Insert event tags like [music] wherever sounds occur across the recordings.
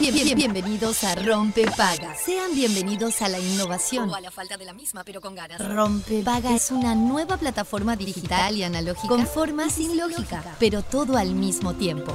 Bien- bien- bienvenidos a Rompe Paga. Sean bienvenidos a la innovación o a la falta de la misma, pero con ganas. Rompe Paga es una nueva plataforma digital y analógica con forma sin lógica, pero todo al mismo tiempo.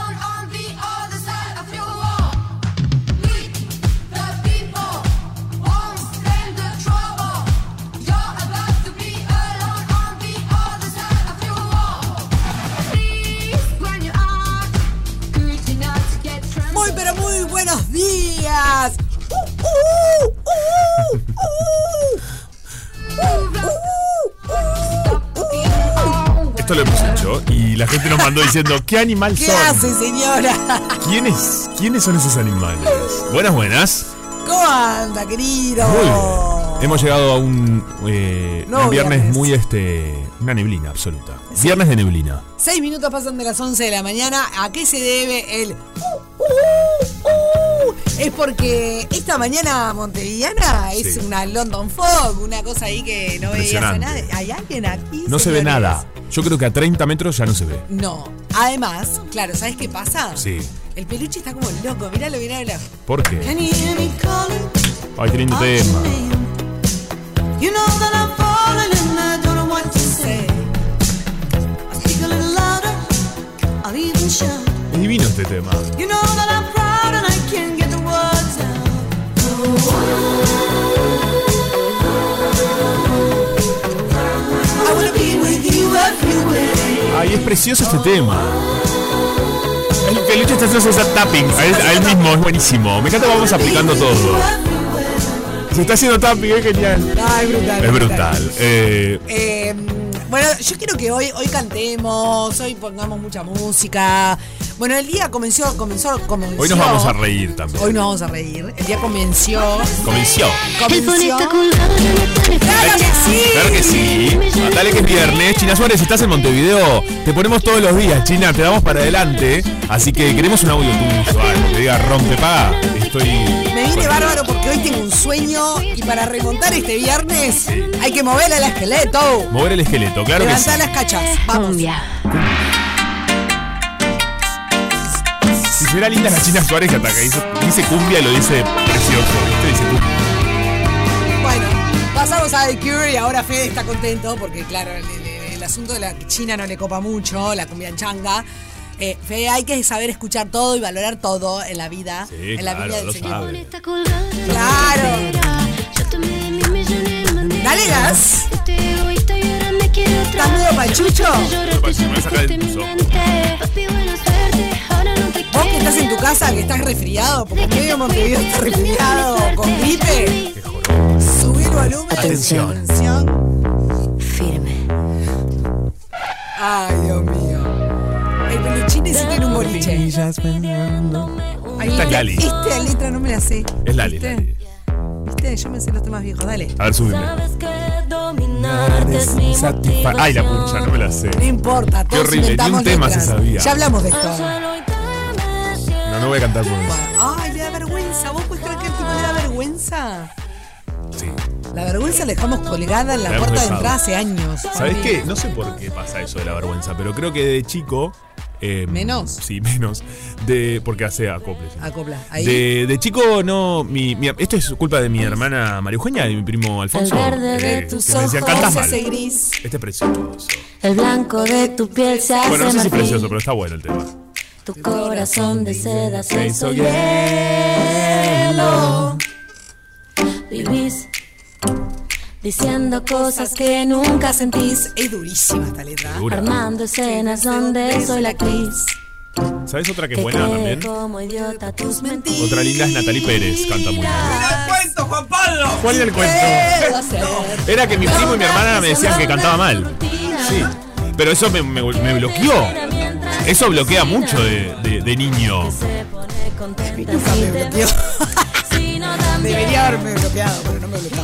on the other side of your wall. We, the people, won't stand the trouble. You're about to be alone on the other side of your wall. Please, when you are, could you not get Muy transformed? pero muy buenos días. Uh, uh, uh, uh, uh, uh, uh, uh. Esto lo hemos hecho y la gente nos mandó diciendo ¿Qué animal ¿Qué son? hace señora? [laughs] ¿Quiénes, ¿Quiénes son esos animales? Buenas, buenas. ¿Cómo anda, querido? Muy bien. Hemos llegado a un, eh, No, un viernes, viernes. muy este. Una neblina absoluta. Viernes de neblina. Seis minutos pasan de las 11 de la mañana. ¿A qué se debe el... uh, uh, uh? Es porque esta mañana montevideana es Sí. una London Fog, una cosa ahí que no veías a Impresionante. nadie. ¿Hay alguien aquí? No se ve señores? nada. Yo creo que a 30 metros ya no se ve. No. Además, claro, ¿sabes qué pasa? Sí. El peluche está como loco, míralo, míralo. ¿Por qué? Can you hear me calling Ay, qué lindo out your tema. name? You know that I'm falling and I don't know what to say. I'll speak a little louder, I'll even shout. Es divino este tema. You know that I'm proud and I can't get the words out. I wanna be with you everywhere. Ay, es precioso este tema. El peluche está haciendo esa tapping. A él, a él mismo, es buenísimo. Me encanta cómo vamos aplicando todo. Se está haciendo tapping, es genial. Ay, brutal. Es brutal. Eh, Eh, bueno, yo quiero que hoy, hoy cantemos, hoy pongamos mucha música. Bueno, el día comenzó, comenzó, comenzó. hoy nos vamos a reír también. Hoy nos vamos a reír. El día comenzó. Comenzó. Comenzó. ¡Claro que sí! Claro que sí. Dale que es viernes. China Suárez, estás en Montevideo. Te ponemos todos los días, China. Te damos para adelante. Así que queremos un audio tuyo. Algo que diga rompe pa. Estoy. Me vine bárbaro porque hoy tengo un sueño y para remontar este viernes hay que mover el esqueleto. Mover el esqueleto, claro que sí. Levantar las cachas. Vamos. Si será linda la China Suárez que ataca. Dice, dice cumbia y lo dice precioso. ¿viste? Dice cumbia. Bueno, pasamos a The Cure y ahora Fede está contento porque, claro, el, el- el asunto de la China no le copa mucho, la cumbia en changa. Eh, Fede, hay que saber escuchar todo y valorar todo en la vida. Sí, en la claro, vida del lo Señor. sabe. Claro. Dale Dale gas. gas. ¿Estás medio pachucho? Vos que estás en tu casa, que estás resfriado, porque medio Montevideo está resfriado, con gripe. Subí el volumen. Atención. Atención. Firme. Ay, Dios mío. El peluchín es en un boliche. Ahí Esta es Lali. Esta letra no me la sé. Es Lali. ¿Viste? Lali. Viste, yo me sé los temas viejos, dale. A ver, subime. Satisfa- Ay, la pucha, no me la sé. No importa, todos horrible, ni un inventamos tema letras. se sabía. Ya hablamos de esto. No, no voy a cantar por eso. Ay, le da vergüenza. ¿Vos puedes creer que el tipo le da vergüenza? Sí. La vergüenza la dejamos colgada en la La hemos puerta de dejado. entrada hace años. ¿Sabes qué? No sé por qué pasa eso de la vergüenza, pero creo que de chico. eh, Menos. Sí, [laughs] menos. De, porque hace acoples. Acopla, ahí. De, de chico, no. Mi, mi- esto es culpa de mi hermana María Eugenia y mi primo Alfonso. eh, Al verde de que tus me decían, "Cantás mal". ese gris. Este es precioso. El blanco de tu piel se hace Bueno, no sé si marfil. precioso, pero está bueno el tema. Tu corazón de seda Se se hizo hizo hielo. Vivís diciendo cosas que nunca sentís. Es durísima esta letra. Dura. Armando escenas donde soy la actriz. ¿Sabes otra que Que es buena cree también? como idiota tus mentiras. Otra linda es Natalie Pérez, canta muy bien. cuento, Juan Pablo! ¿Cuál era el cuento? Era que mi primo y mi hermana me decían que cantaba mal. Sí. Pero eso me, me- me bloqueó. Eso bloquea mucho de, de- de niño. Se pone contenta Nunca si me te bloqueó. si no también. Debería haberme bloqueado, pero no me bloqueó.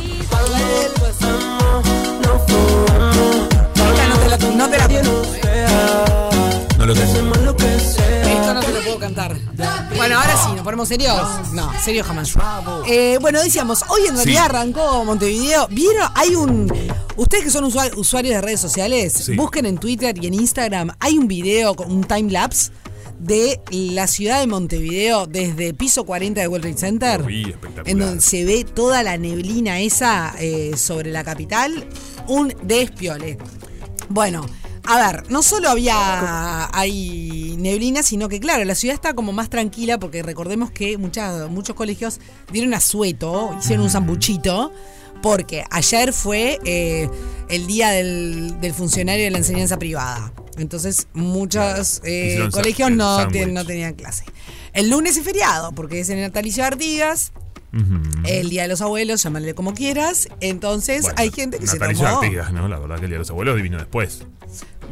Esta no te la no te la No lo tengo. Esto no te lo puedo cantar. Bueno, ahora sí, ¿nos ponemos serios? No, serios jamás. Eh, bueno, decíamos, hoy en realidad Sí. arrancó Montevideo. ¿Vieron? Hay un. Ustedes que son usua- usuarios de redes sociales, Sí. busquen en Twitter y en Instagram. Hay un video, con un timelapse de la ciudad de Montevideo desde piso 40 de World Trade Center. Sí, espectacular. En donde se ve toda la neblina esa eh, sobre la capital, un despiole. Bueno, a ver, no solo había hay neblina, sino que claro, la ciudad está como más tranquila porque recordemos que muchas, muchos colegios dieron asueto, hicieron un zambuchito, porque ayer fue eh, el día del, del funcionario de la enseñanza privada. Entonces muchos eh, Hicieron sa- colegios el no, sándwich. ten- no tenían clase. El lunes es feriado, porque es el natalicio de Artigas, Ujú. el Día de los Abuelos, llámale como quieras. Entonces Bueno, hay gente que Natalicio se tomó. Artigas, ¿no? La verdad que el día de los abuelos vino después.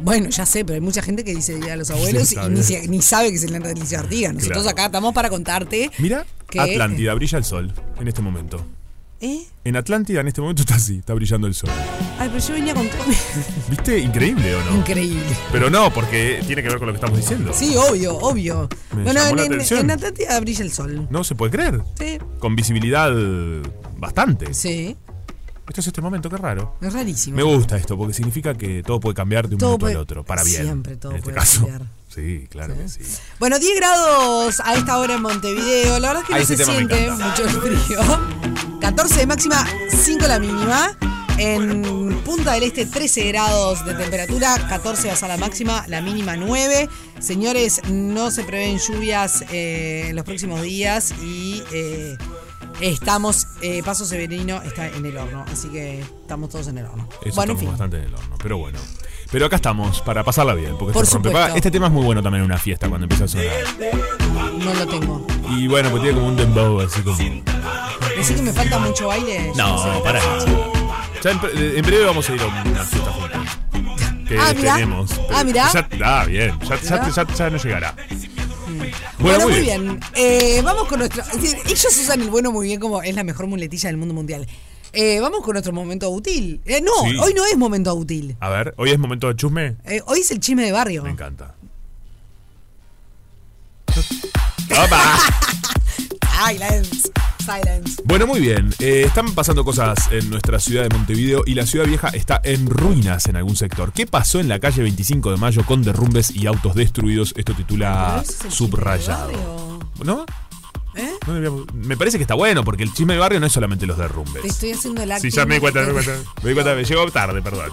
Bueno, ya sé, pero hay mucha gente que dice Día de los Abuelos Sí, está y ni, bien. se- ni sabe que es el natalicio de Artigas. Nosotros Claro. acá estamos para contarte. Mira, que- Atlántida, brilla el sol en este momento. ¿Eh? En Atlántida en este momento está así, está brillando el sol. Ay, pero yo venía con todo. ¿Viste? Increíble o no. Increíble. Pero no, porque tiene que ver con lo que estamos diciendo. Sí, obvio, obvio. Me no, llamó no, la en, atención. en Atlántida brilla el sol. No se puede creer. Sí. Con visibilidad bastante. Sí, Esto es este momento, qué raro. es rarísimo. Me gusta esto porque significa que todo puede cambiar de un Todo momento al puede- otro, para bien. siempre todo en este puede caso. cambiar. Sí, claro que sí. Bueno, 10 grados a esta hora en Montevideo. La verdad es que Ahí no ese se tema me siente encanta. mucho el frío. 14 de máxima, 5 la mínima. En Punta del Este 13 grados de temperatura, 14 va a ser la máxima, la mínima 9. Señores, no se prevén lluvias eh, en los próximos días y eh, estamos, eh, Paso Severino está en el horno, así que estamos todos en el horno. Eso bueno, en estamos fin. bastante en el horno, pero bueno. Pero acá estamos, para pasarla bien, porque Por esto rompe supuesto. paga. Este tema es muy bueno también en una fiesta cuando empieza a sonar. No lo tengo. Y bueno, pues tiene como un dembow así como. Decí que me falta mucho baile. yo sé qué No, pará. pasa. Ya en, pre- en breve vamos a ir a una fiesta juntos. Que Ah, mirá. tenemos. Ah, mirá. Mm. Ya, ah, bien. Ya, ya, ya, ya no llegará. Bueno, muy bien. Eh, vamos con nuestro. es decir, ellos usan el bueno muy bien como es la mejor muletilla del mundo mundial. Eh, vamos con nuestro momento útil. Eh, no, Sí. hoy no es momento útil. A ver, hoy es momento de chusme. Eh, hoy es el chisme de barrio. Me encanta. ¡Opa! Silence. Silence. Bueno, muy bien. Eh, están pasando cosas en nuestra ciudad de Montevideo y la ciudad vieja está en ruinas en algún sector. ¿Qué pasó en la calle 25 de mayo con derrumbes y autos destruidos? Esto titula Pero ese es el chisme de Subrayado. barrio. ¿No? ¿Eh? No deberíamos- Me parece que está bueno porque el chisme de barrio no es solamente los derrumbes. Te estoy haciendo el acto. Sí, ya me di cuenta, me di cuenta. Me di cuenta, me llegó tarde, perdón.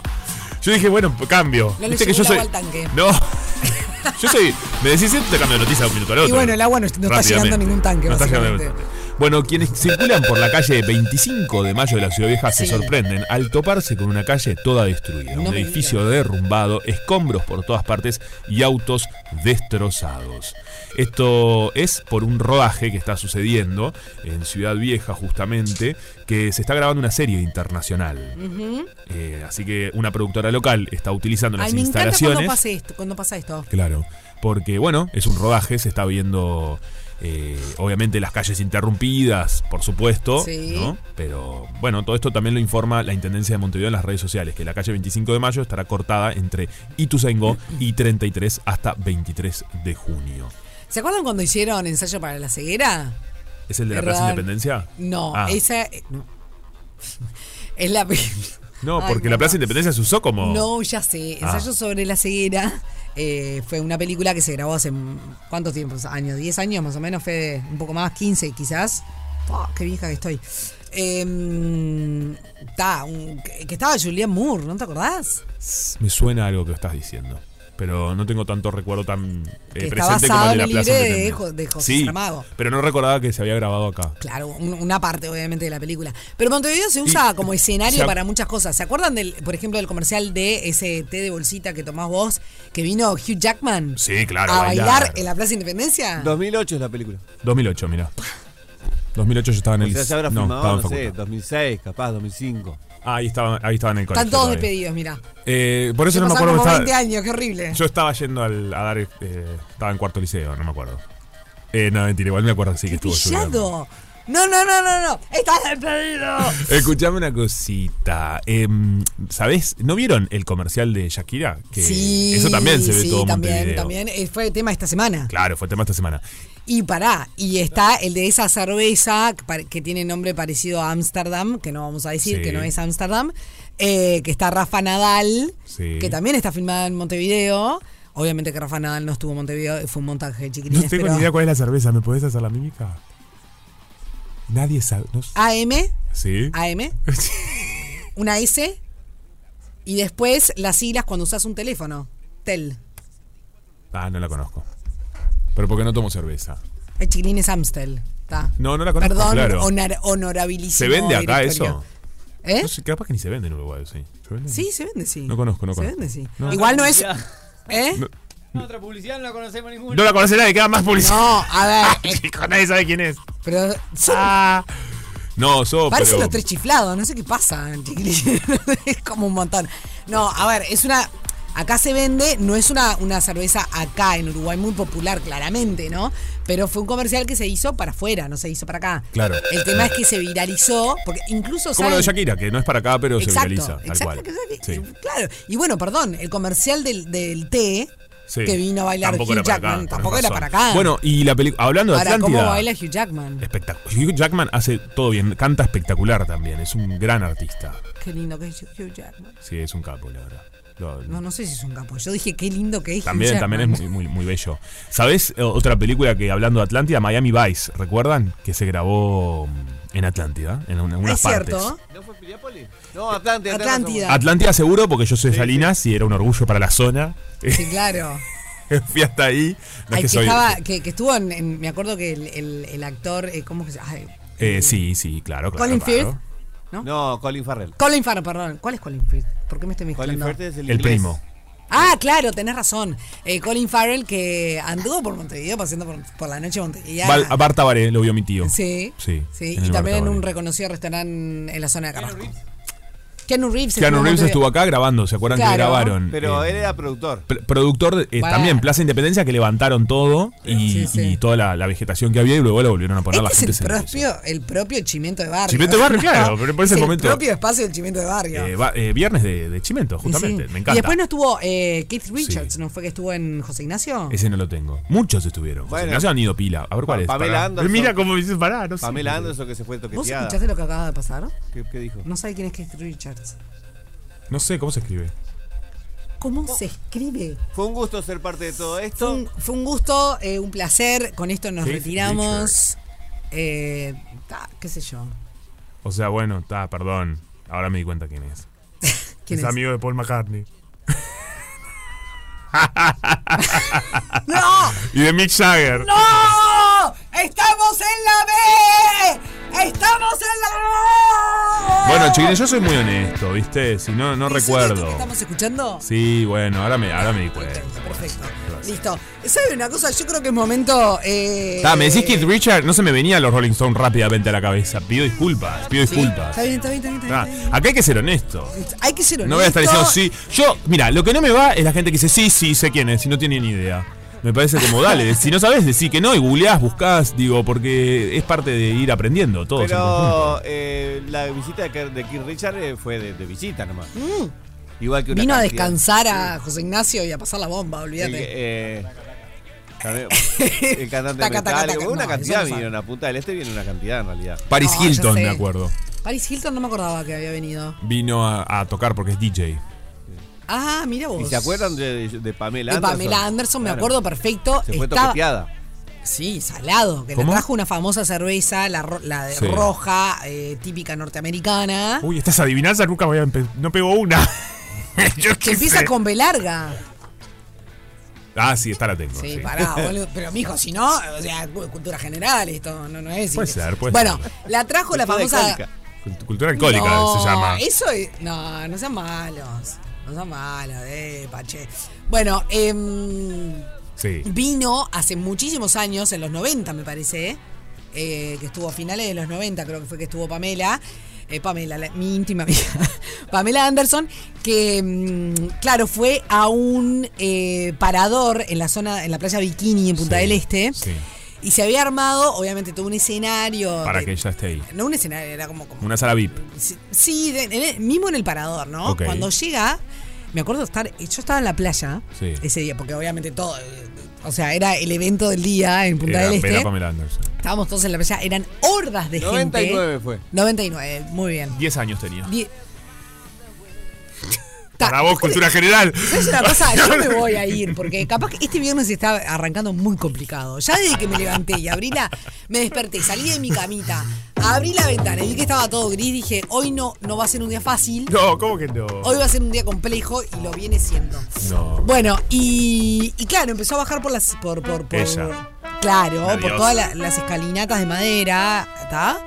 Yo dije, bueno, p- cambio. No le Viste que llegó yo el soy. agua al tanque. No. [laughs] Yo soy. Me decís esto, te cambio de noticia de un minuto al otro. Y bueno, el agua no- no está llegando a Rápidamente. ningún tanque, No está llegando a ningún básicamente. tanque. Bueno, quienes circulan por la calle 25 de mayo de la Ciudad Vieja se sorprenden al toparse con una calle toda destruida. un me edificio derrumbado, escombros por todas partes y autos destrozados. Esto es por un rodaje que está sucediendo en Ciudad Vieja, justamente, que se está grabando una serie internacional. Eh, así que una productora local está utilizando las Ay, me encanta cuando instalaciones. pasa esto. Cuando pasa esto. Claro, porque bueno, es un rodaje, se está viendo eh, obviamente las calles interrumpidas, por supuesto, Sí. ¿no? Pero bueno, todo esto también lo informa la Intendencia de Montevideo en las redes sociales, que la calle 25 de mayo estará cortada entre Ituzaingó y 33 hasta 23 de junio. ¿Se acuerdan cuando hicieron ensayo para la ceguera? ¿Es el de la Errar. Plaza Independencia? No, Ah, esa. eh, Es la. No, Ay, porque la no, Plaza no. Independencia se usó como... No, ya sé. Ah. Ensayo sobre la ceguera. eh, fue una película que se grabó hace mm, cuántos tiempos, años, 10 años más o menos, fue un poco más, 15 quizás. Pah, qué vieja que estoy. Em, ta, un- que que estaba Julianne Moore, ¿no te acordás? Me suena algo que estás diciendo. pero no tengo tanto recuerdo tan eh, Que está presente como basado el de en la el plaza. libro de Intendente. Jo- de José sí, Saramago. pero no recordaba que se había grabado acá. Claro, un- una parte obviamente de la película. Pero Montevideo se usa Y- como escenario se ac- para muchas cosas. ¿Se acuerdan, del, por ejemplo, del comercial de ese té de bolsita que tomás vos, que vino Hugh Jackman Sí, claro, a bailar, bailar. en la Plaza Independencia? 2008 es la película. 2008, mira. 2008 yo estaba en O el sea, se habrá no, filmado, estaba en no sé, facultad. 2006, capaz, 2005. Ah, ahí estaba, ahí estaba en el colegio. Están todos todavía. despedidos, mira. Eh, por eso no me pasaron acuerdo que como estaba. 20 años, qué horrible. Yo estaba yendo al, a dar. eh, estaba en cuarto liceo, no me acuerdo. Eh, no, mentira, igual me acuerdo sí que estuvo lloviendo. ¡Pillado! No, no, no, no, no. ¡Estás despedido! Escuchame una cosita. Em, ¿Sabés? ¿No vieron el comercial de Shakira? Que eso también se ve sí, todo también, Montevideo. también. Eh, Fue tema esta semana. Claro, fue tema esta semana. Y pará, y está el de esa cerveza que pare- que tiene nombre parecido a Ámsterdam, que no vamos a decir Sí. que no es Ámsterdam, eh, que está Rafa Nadal, Sí. que también está filmada en Montevideo. Obviamente que Rafa Nadal no estuvo en Montevideo, fue un montaje de No chiquitines, tengo pero- ni idea cuál es la cerveza. ¿Me podés hacer la mímica? Nadie sabe. no sé. AM, ¿Sí? AM, una S, y después las siglas cuando usas un teléfono, TEL. [laughs] Ah, no la conozco. Pero porque no tomo cerveza. El chiquilín es Amstel. está. No, no la conozco, Perdón, claro. honor- honorabilísimo. ¿Se vende acá directorio. eso? ¿Eh? No sé, capaz que ni se vende en Uruguay, sí. ¿Se vende? Sí, se vende, sí. No conozco, no Se conozco. vende, sí. No. Igual no es. ¿Eh? No. No. otra publicidad no la conocemos ninguna. No la conoce nadie, queda más publicidad. [laughs] a ver. eh, Hijo, nadie sabe quién es. Pero. son- Ah. No, so, parecen Oh, pero- los tres chiflados, no sé qué pasa, chiquilín. [laughs] es como un montón. No, a ver, es una. Acá se vende, no es una, una cerveza acá en Uruguay muy popular, claramente, ¿no? Pero fue un comercial que se hizo para afuera, no se hizo para acá. Claro. El tema es que se viralizó, porque incluso. Como lo de ¿saben? Shakira, que no es para acá, pero se Exacto, viraliza, tal exacto, cual. que sabe- Sí. Claro. Y bueno, perdón, el comercial del, del té Sí. que vino a bailar Tampoco Hugh era para Jackman, acá, tampoco tenés era razón. para acá. Bueno, y la película. Hablando de Ahora, Atlántida. ¿cómo baila Hugh Jackman? espectacular. Hugh Jackman hace todo bien, canta espectacular también, es un gran artista. Qué lindo que es Hugh Jackman. Sí, es un capo, la verdad. Lo- No, no sé si es un capo. Yo dije qué lindo que es Hugh También, Jackman. también es muy, muy, muy bello. ¿Sabés eh, otra película que hablando de Atlántida? Miami Vice, ¿recuerdan? Que se grabó mm, en Atlántida, en una- en unas Es cierto. partes. ¿No fue Piliápolis? No, Atlántida. tenés Atlántida. Atlántida seguro, porque yo soy de Salinas y era un orgullo para la zona. Sí, claro. Fui hasta ahí. [laughs] No es Ay, que que, soy- estaba, que, que estuvo en, en- Me acuerdo que el, el- el actor. eh, ¿Cómo que se ay, Eh, sí, sí, claro, claro. Colin claro. Firth. razón. No, Colin Farrell. Colin Farrell, perdón. ¿Cuál es Colin Firth? ¿Por qué me estoy Colin mezclando? Farrell es el, El inglés. primo. Ah, claro, tenés razón. Eh, Colin Farrell que anduvo por Montevideo, paseando por, por la noche Montevideo. Val- a Bar Tabaré lo vio mi tío. Sí. Sí, sí. en Y el también en Bartabaré. un reconocido restaurante en la zona de Carrasco. Keanu Reeves. Keanu Reeves en estuvo acá grabando, ¿se acuerdan que Claro. grabaron? Pero Eh, él era productor. pr- productor de- eh, Pará. también Plaza Independencia que levantaron todo y, Sí, sí. y toda la, la vegetación que había y luego la volvieron a poner la Este gente es el se enloqueció. propio, el propio chimento de barrio. Chimento de barrio, [laughs] claro, pero por ese Es momento- El propio espacio del chimento de barrio. Eh, va- eh, viernes de, de Chimento, justamente, Sí. me encanta. Y después no estuvo eh, Keith Richards, Sí. ¿no fue que estuvo en José Ignacio? Ese no lo tengo. Muchos estuvieron. Bueno. no se han ido pila. A ver cuál Pa- es. Pamela pará. Anderson. Mira cómo dices, pará, no sé. Pamela Anderson que se fue ¿Vos toqueteada. escuchaste lo que acaba de pasar? ¿Qué, qué dijo? No sabe quién es Keith Richards. No sé cómo se escribe. ¿Cómo se escribe? Fue un gusto ser parte de todo Fue esto. un, fue un gusto, eh, un placer. Con esto nos Keith retiramos. Eh, ta, ¿Qué sé yo? O sea, bueno, está, perdón. Ahora me di cuenta quién es. [laughs] ¿Quién es es? amigo de Paul [laughs] McCartney. ¡No! Y de Mick Jagger. ¡No! ¡Oh! ¡Estamos en la B! ¡Estamos en la B! Bueno, chiquines, yo soy muy honesto, ¿viste? Si no, no ¿Eso es esto recuerdo. que ¿Estamos escuchando? Sí, bueno, ahora me, ahora me di cuenta. Perfecto. Gracias. Listo. ¿Sabe una cosa? Yo creo que es momento. Eh, Ta, me decís que Richard no se me venía los Rolling Stones rápidamente a la cabeza. Pido disculpas, pido Sí, disculpas. Está bien, está bien, está bien. Está Ta, bien, está acá hay que ser honesto. bien. Hay que ser honesto. No voy a estar diciendo sí. Yo, mira, lo que no me va es la gente que dice sí, sí, sé quién es, y no tiene ni idea. Me parece como, [laughs] dale, si no sabes, decí que no, y googleás, buscás, digo, porque es parte de ir aprendiendo todo. Pero eh, la visita de Ke- de Keith Richards eh, fue de, de visita nomás. Igual que una ¿Mm? Vino a cantidad- descansar a José Ignacio y a pasar la bomba, El, olvídate. eh, [laughs] también- el cantante de Taca, taca, Metallica, taca. una No, eso cantidad no vinieron a Punta del Este, viene una cantidad en realidad. Paris No, ya Hilton, sé. me acuerdo. Paris Hilton no me acordaba que había venido. Vino a, a tocar porque es DJ. Ah, mira vos. ¿Y se acuerdan de, de Pamela De Anderson? Pamela Anderson, me Claro. acuerdo perfecto. Se fue Estaba- toqueteada. Sí, salado. Que le ¿Cómo? trajo una famosa cerveza, la, ro- la de Sí. roja, eh, típica norteamericana. Uy, estas [laughs] adivinanzas nunca voy a empe- No pego una. Yo que qué empieza sé. con B larga. Ah, sí, esta la tengo. Sí, sí. [laughs] pará, boludo. Pero mijo, si no, o sea, cu- cultura general, esto no, no es. Puede ser, puede Bueno, ser. la trajo la Cultura famosa. alcohólica. Cult- Cultura alcohólica No, se llama. Eso es. No, no sean malos. No sean malos, eh, pache. Bueno, em, Sí. vino hace muchísimos años, en los 90 me parece, eh, que estuvo a finales de los 90, creo que fue que estuvo Pamela. eh, Pamela, la- mi íntima amiga, [laughs] Pamela Anderson, que mm, claro, fue a un eh, parador en la zona, en la playa Bikini en Punta Sí, del Este, sí. y se había armado, obviamente, todo un escenario. Para de- que ella esté ahí. No un escenario, era como, como Una sala VIP. Sí, Sí, de- en el- mismo en el parador, ¿no? Ok. Cuando llega, me acuerdo estar, yo estaba en la playa Sí. ese día, porque obviamente todo, eh, o sea, era el evento del día en Punta Era del Pera Este. Pamela Anderson. Estábamos todos en la playa, eran hordas de 99 gente. fue. 99, muy bien. 10 años tenía. Die- Ta- Para vos, cultura general. Es [laughs] una cosa, yo me voy a ir, porque capaz que este viernes está arrancando muy complicado. Ya desde que me levanté y abrí la, me desperté, salí de mi camita, abrí la ventana y vi que estaba todo gris, dije, hoy no, no va a ser un día fácil. No, ¿cómo que no? Hoy va a ser un día complejo y lo viene siendo. No. Bueno, y, y claro, empezó a bajar por las. Por, por, por- Ella. Claro, La por diosa. todas la- las escalinatas de madera, ¿está?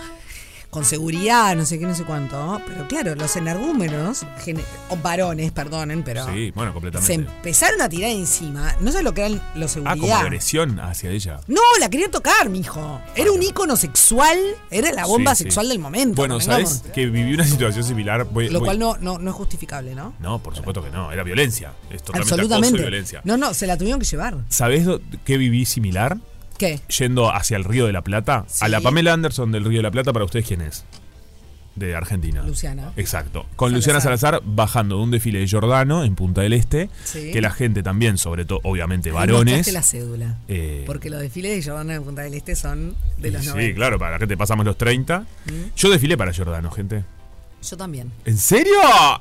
Con seguridad, no sé qué, no sé cuánto. ¿no? Pero claro, los energúmenos, gene- o varones, perdonen, pero. Sí, bueno, se completamente. empezaron a tirar encima. No sé lo que eran los Ah, como seguridad. agresión hacia ella. no, la querían tocar, mijo. Era un ícono sexual, era la bomba Ah, Sí, sí. sexual del momento. Bueno, ¿sabes? convengamos. Que viví una situación similar. Voy- Lo voy- cual no, no, no es justificable, ¿no? No, por supuesto que no. Era violencia. Es totalmente Absolutamente. acoso y violencia. No, no, se la tuvieron que llevar. ¿Sabés do- qué viví similar? ¿Qué? Yendo hacia el Río de la Plata. A la Sí. Pamela Anderson del Río de la Plata, ¿para ustedes quién es? De Argentina. Luciana. Exacto. Con Salazar. Luciana Salazar bajando de un desfile de Jordano en Punta del Este. Sí. Que la gente también, sobre todo, obviamente, Ahí varones. mostraste la cédula. Eh, Porque los desfiles de Giordano en Punta del Este son de los sí, 90. claro, para que te pasamos los 30. Yo desfilé para Jordano, gente. Yo también. ¿En serio?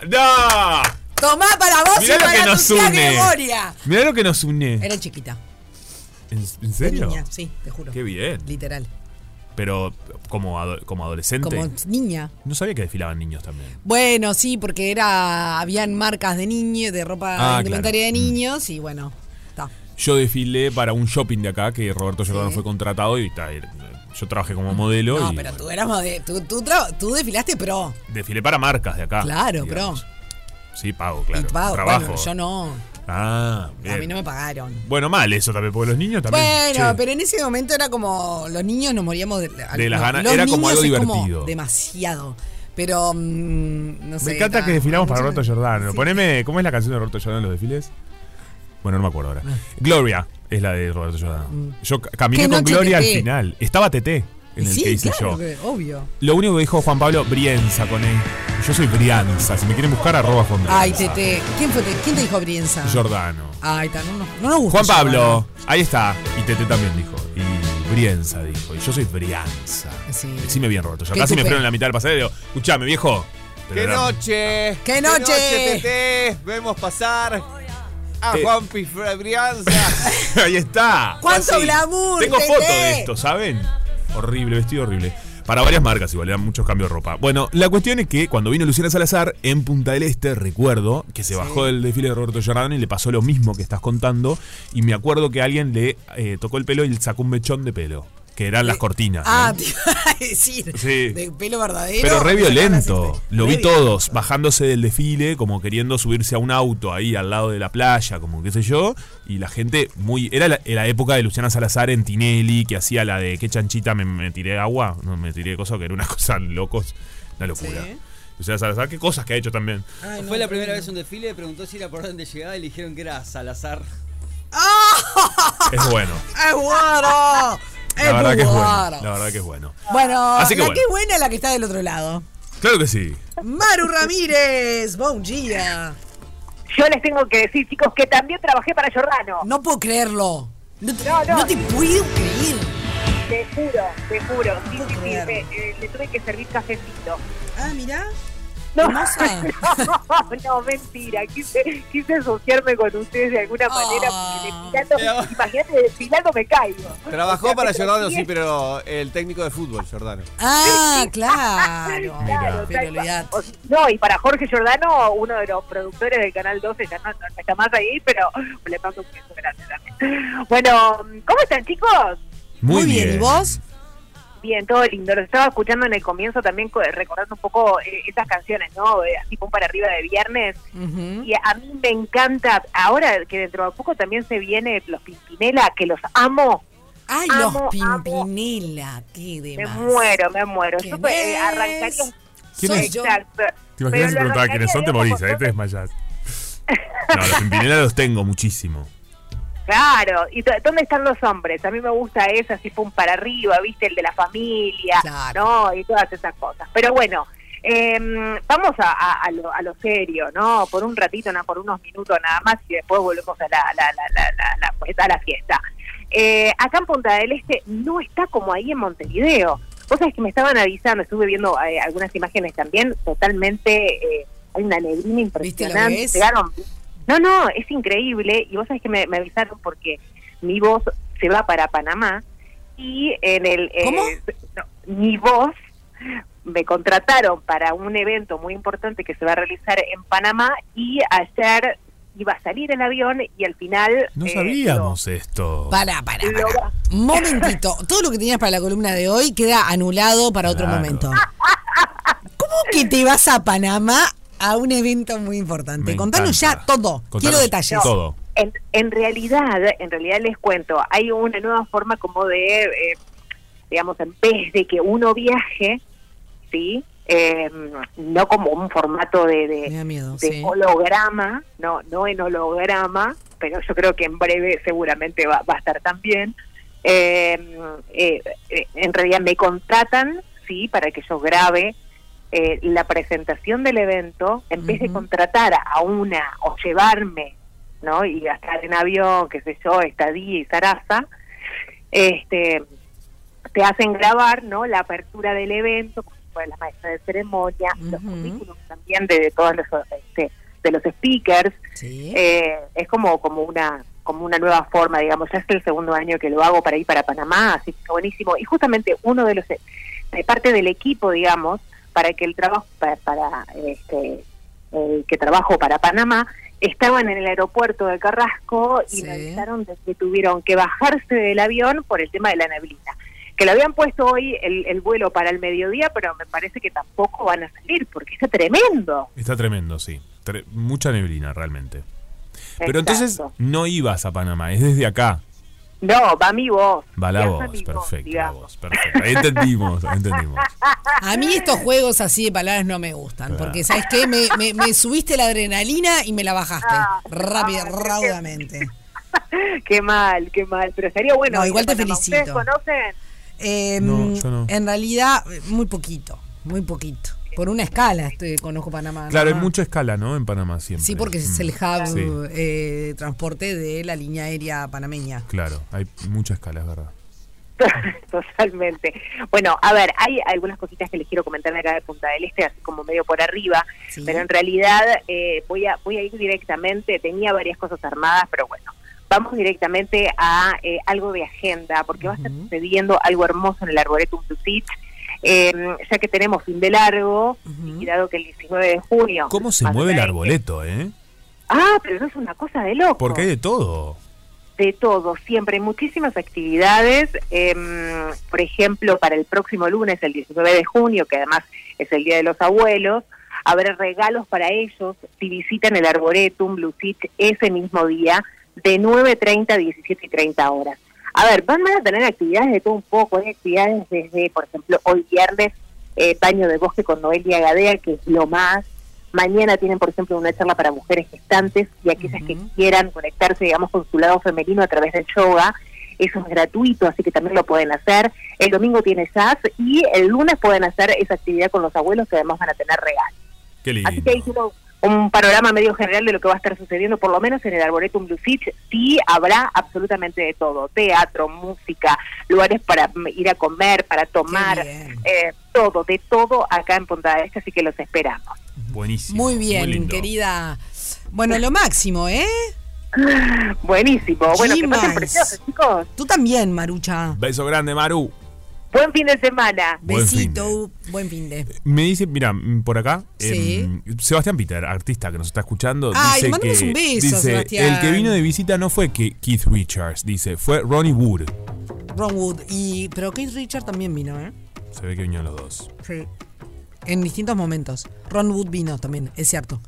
¡No! Tomá para vos Mirá y lo para que tu nos tía une. Gregoria. Mirá lo que nos une. Era chiquita. ¿En, en de serio? Niña, sí, te juro. Qué bien. Literal. Pero como, ado- como adolescente. Como niña. No sabía que desfilaban niños también. Bueno, sí, porque era habían marcas de niños, de ropa Ah, indumentaria claro. de niños y bueno, está. Yo desfilé para un shopping de acá que Roberto Jordano fue contratado y ta, era- yo trabajé como modelo. No, y, pero tú bueno, eras mode- tú, tú, tra- tú desfilaste pro. Desfilé para marcas de acá. Claro, Ah, digamos. pro. Sí, pago, claro. y pago. Trabajo. Bueno, yo no. Ah, bien. A mí no me pagaron. Bueno, mal eso también, porque los niños también. Bueno, che. pero en ese momento era como los niños nos moríamos de, De las no, ganas, los era como niños algo es divertido. demasiado. Pero mm, no sé. Me encanta ta, que desfilamos para mucho- Roberto Giordano. sí. Poneme, ¿cómo es la canción de Roberto Giordano en los desfiles? Bueno, no me acuerdo ahora. Gloria es la de Roberto Giordano. Yo ca- caminé Ah. Mm. Qué con noche Gloria al TT. final. Estaba TT en el sí, que hice claro yo. que- obvio. Lo único que dijo Juan Pablo, Brienza con él. Yo soy Brianza. Si me quieren buscar, arroba Juan Brienza. Ay, Tete. ¿Quién fue? Tete? ¿Quién te dijo Brienza? Giordano. Ay, ta, no, no, no nos gusta. Juan Pablo, Giordano. ahí está. Y Tete también dijo. Y Brienza dijo. Y yo soy Brianza. Sí. Decime bien, Roberto. Yo Qué casi me tupe. freno en la mitad del paseo y digo, escuchame, viejo. Pero ¡Qué era- noche! ¡Qué noche! Tete! Vemos pasar a Eh. Juan Brianza. [laughs] Ahí está. ¡Cuánto Así. glamour, Tengo Tete! foto de esto, ¿saben? Horrible, vestido horrible. Para varias marcas igual, eran muchos cambios de ropa. Bueno, la cuestión es que cuando vino Luciana Salazar en Punta del Este, recuerdo que se bajó del desfile de Roberto Giordano y le pasó lo mismo que estás contando. Y me acuerdo que alguien le eh, tocó el pelo y le sacó un mechón de pelo, que eran las cortinas. Ah, ¿no? te iba a decir. Sí. De pelo verdadero. Pero re violento. Re Lo vi violento. todos bajándose del desfile, como queriendo subirse a un auto ahí al lado de la playa, como qué sé yo. Y la gente muy. Era la, la época de Luciana Salazar en Tinelli, que hacía la de qué chanchita me, me tiré agua. No, me tiré cosas que era una [laughs] cosa locos. Una locura. Sí. Luciana Salazar, qué cosas que ha hecho [laughs] también. Ay, Ah, no, Fue la no, primera no. vez un desfile, preguntó si era por dónde llegaba y le dijeron que era Salazar. Es bueno. ¡Es bueno! ¡Es La verdad que es bueno. bueno! La verdad que es bueno. Bueno, Así que la bueno. que es buena es la que está del otro lado. Claro que sí. Maru Ramírez, buen día. Yo les tengo que decir, chicos, que también trabajé para Giordano. No puedo creerlo. No te, No, no. no te puedo creer. Te juro, te juro. Sí, No sí, sí. puedo creer. me- eh, le tuve que servir cafecito. Ah, mirá. No, ¿Hermosa? [laughs] no, no, mentira. Quise, quise asociarme con ustedes de alguna manera Ah. porque desfilando, imagínate, desfilando me caigo. O Trabajó sea, para pero Jordano, sí sí, es- pero el técnico de fútbol, Jordano. Ah, [laughs] claro. Claro, Pero tal cual. olvidate. O sea, no, y para Jorge Giordano, uno de los productores del Canal 12, ya no, no está más ahí, pero [laughs] le mando un beso grande también. Bueno, ¿cómo están chicos? Muy, bien. ¿Y vos? Bien, todo lindo. Los estaba escuchando en el comienzo también, co- recordando un poco eh, esas canciones, ¿no? Eh, Así pum para arriba de viernes. Ujú. Y a mí me encanta, ahora que dentro de poco también se viene los Pimpinela, que los amo. Ay, Amo, los Pimpinela. Qué Me demás. muero, me muero. Yo ¿Quién eh, es? arrancaría. ¿Quién Soy es? yo. Exacto. Te imaginas si Pero lo preguntaba quiénes son, te arrancaría de morís, un ahí te desmayás. No, los Pimpinela los tengo muchísimo. Claro, ¿y dó- dónde están los hombres? A mí me gusta esa, así pum para arriba, ¿viste? El de la familia, Claro. ¿no? Y todas esas cosas. Pero bueno, eh, vamos a, a- a lo, a lo serio, ¿no? Por un ratito, na- por unos minutos nada más y después volvemos a la, la, la, la, la- la- pues, a la fiesta. Eh, acá en Punta del Este no está como ahí en Montevideo. Cosas que me estaban avisando, estuve viendo eh, algunas imágenes también, totalmente, eh, hay una neblina ¿Viste lo impresionante. que es? Llegaron- No, no, es increíble. Y vos sabés que me, me avisaron porque mi voz se va para Panamá y en el... eh, ¿Cómo? no, mi voz me contrataron para un evento muy importante que se va a realizar en Panamá y ayer iba a salir el avión y al final... No eh, sabíamos esto. Pará, pará, lo- pará. Momentito. Todo lo que tenías para la columna de hoy queda anulado para otro Claro. momento. ¿Cómo que te vas a Panamá a un evento muy importante? Me Contanos encanta. ya todo. Contanos Quiero detalles. Todo. En, en realidad, en realidad les cuento, hay una nueva forma como de, eh, digamos, en vez de que uno viaje, ¿sí? Eh, no como un formato de, de- Me da miedo, de sí. holograma, no, no en holograma, pero yo creo que en breve seguramente va, va a estar también. Eh, eh, eh, en realidad me contratan, sí, para que yo grabe eh, la presentación del evento, en vez de Ujú. contratar a una o llevarme, ¿no? Y gastar en avión, qué sé yo, estadía y zaraza, este, te hacen grabar, ¿no? La apertura del evento, como fue la maestra de ceremonia, los Ujú. currículums también de, de todos los este, de los speakers. Sí. Eh, es como como una como una nueva forma, digamos. Ya es el segundo año que lo hago para ir para Panamá, así que está buenísimo. Y justamente uno de los de parte del equipo, digamos, para que el trabajo para, para, este eh, que trabajo para Panamá estaban en el aeropuerto de Carrasco y me Sí. avisaron de que tuvieron que bajarse del avión por el tema de la neblina que lo habían puesto hoy el, el vuelo para el mediodía, pero me parece que tampoco van a salir porque está tremendo. Está tremendo, sí. Tre- mucha neblina, realmente. Pero Exacto. entonces no ibas a Panamá, es desde acá. No, va mi voz. Va la Ya voz, está mi voz, perfecto, la digamos. voz, perfecto. Ahí entendimos, ahí entendimos. A mí estos juegos así de palabras no me gustan, Claro. porque ¿sabes qué? Me, me- me subiste la adrenalina y me la bajaste Ah, rápida, ah, qué- raudamente. [laughs] Qué mal, qué mal. Pero estaría bueno. No, ir igual a te Panamá. felicito. ¿Ustedes conocen? Eh, No, yo no. En realidad, muy poquito, muy poquito. Por una escala estoy, conozco [laughs] Panamá. Claro, hay ¿no? mucha escala, ¿no? En Panamá siempre. Sí, porque es Mm. el hub Sí, eh, de transporte de la línea aérea panameña. claro, hay mucha escala, es verdad. [laughs] Totalmente. Bueno, a ver, hay algunas cositas que les quiero comentar de acá de Punta del Este, así como medio por arriba, Sí. pero en realidad eh, voy, a, voy a ir directamente, tenía varias cosas armadas, pero bueno, vamos directamente a eh, algo de agenda, porque va a estar Ujú. sucediendo algo hermoso en el Arboretum Tutit, eh, ya que tenemos fin de largo, Ujú. y dado que el 19 de junio... ¿Cómo se va a mueve el ser- arboleto, eh? Ah, pero no es una cosa de loco Porque hay de todo. de todo, siempre hay muchísimas actividades. eh, por ejemplo, para el próximo lunes, el 19 de junio, que además es el Día de los Abuelos, habrá regalos para ellos si visitan el Arboretum Blue Beach ese mismo día de 9.30 a 17.30 horas. A ver, van a tener actividades de todo un poco, hay actividades desde, por ejemplo, hoy viernes, eh, baño de bosque con Noelia Gadea, que es lo más. Mañana tienen, por ejemplo, una charla para mujeres gestantes y aquellas que Ujú. quieran conectarse, digamos, con su lado femenino a través del yoga. Eso es gratuito, así que también lo pueden hacer. El domingo tiene jazz y el lunes pueden hacer esa actividad con los abuelos que además van a tener regalos. Qué lindo. Así que ahí tienen un panorama medio general de lo que va a estar sucediendo, por lo menos en el Arboretum Lucich, sí habrá absolutamente de todo, teatro, música, lugares para mm, ir a comer, para Qué tomar, bien. eh, todo, de todo acá en Punta del Este, así que los esperamos. Buenísimo. Muy bien, lindo. querida. Bueno, lo máximo, ¿eh? [laughs] Buenísimo. Bueno, que G-Max. pasen preciosos, chicos. Tú también, Marucha. Beso grande, Maru. Buen fin de semana. Buen Besito, buen fin de. Me dice, mira, mm, por acá, Sí. em, Sebastián Peter, artista que nos está escuchando, Ay, le dice mandamos que un beso, dice, Sebastián. el que vino de visita no fue Ke- Keith Richards, dice, fue Ronnie Wood. Ron Wood. Y, pero Keith Richard también vino, ¿eh? Se ve que vinieron los dos. Sí. En distintos momentos. Ron Wood vino también, es cierto.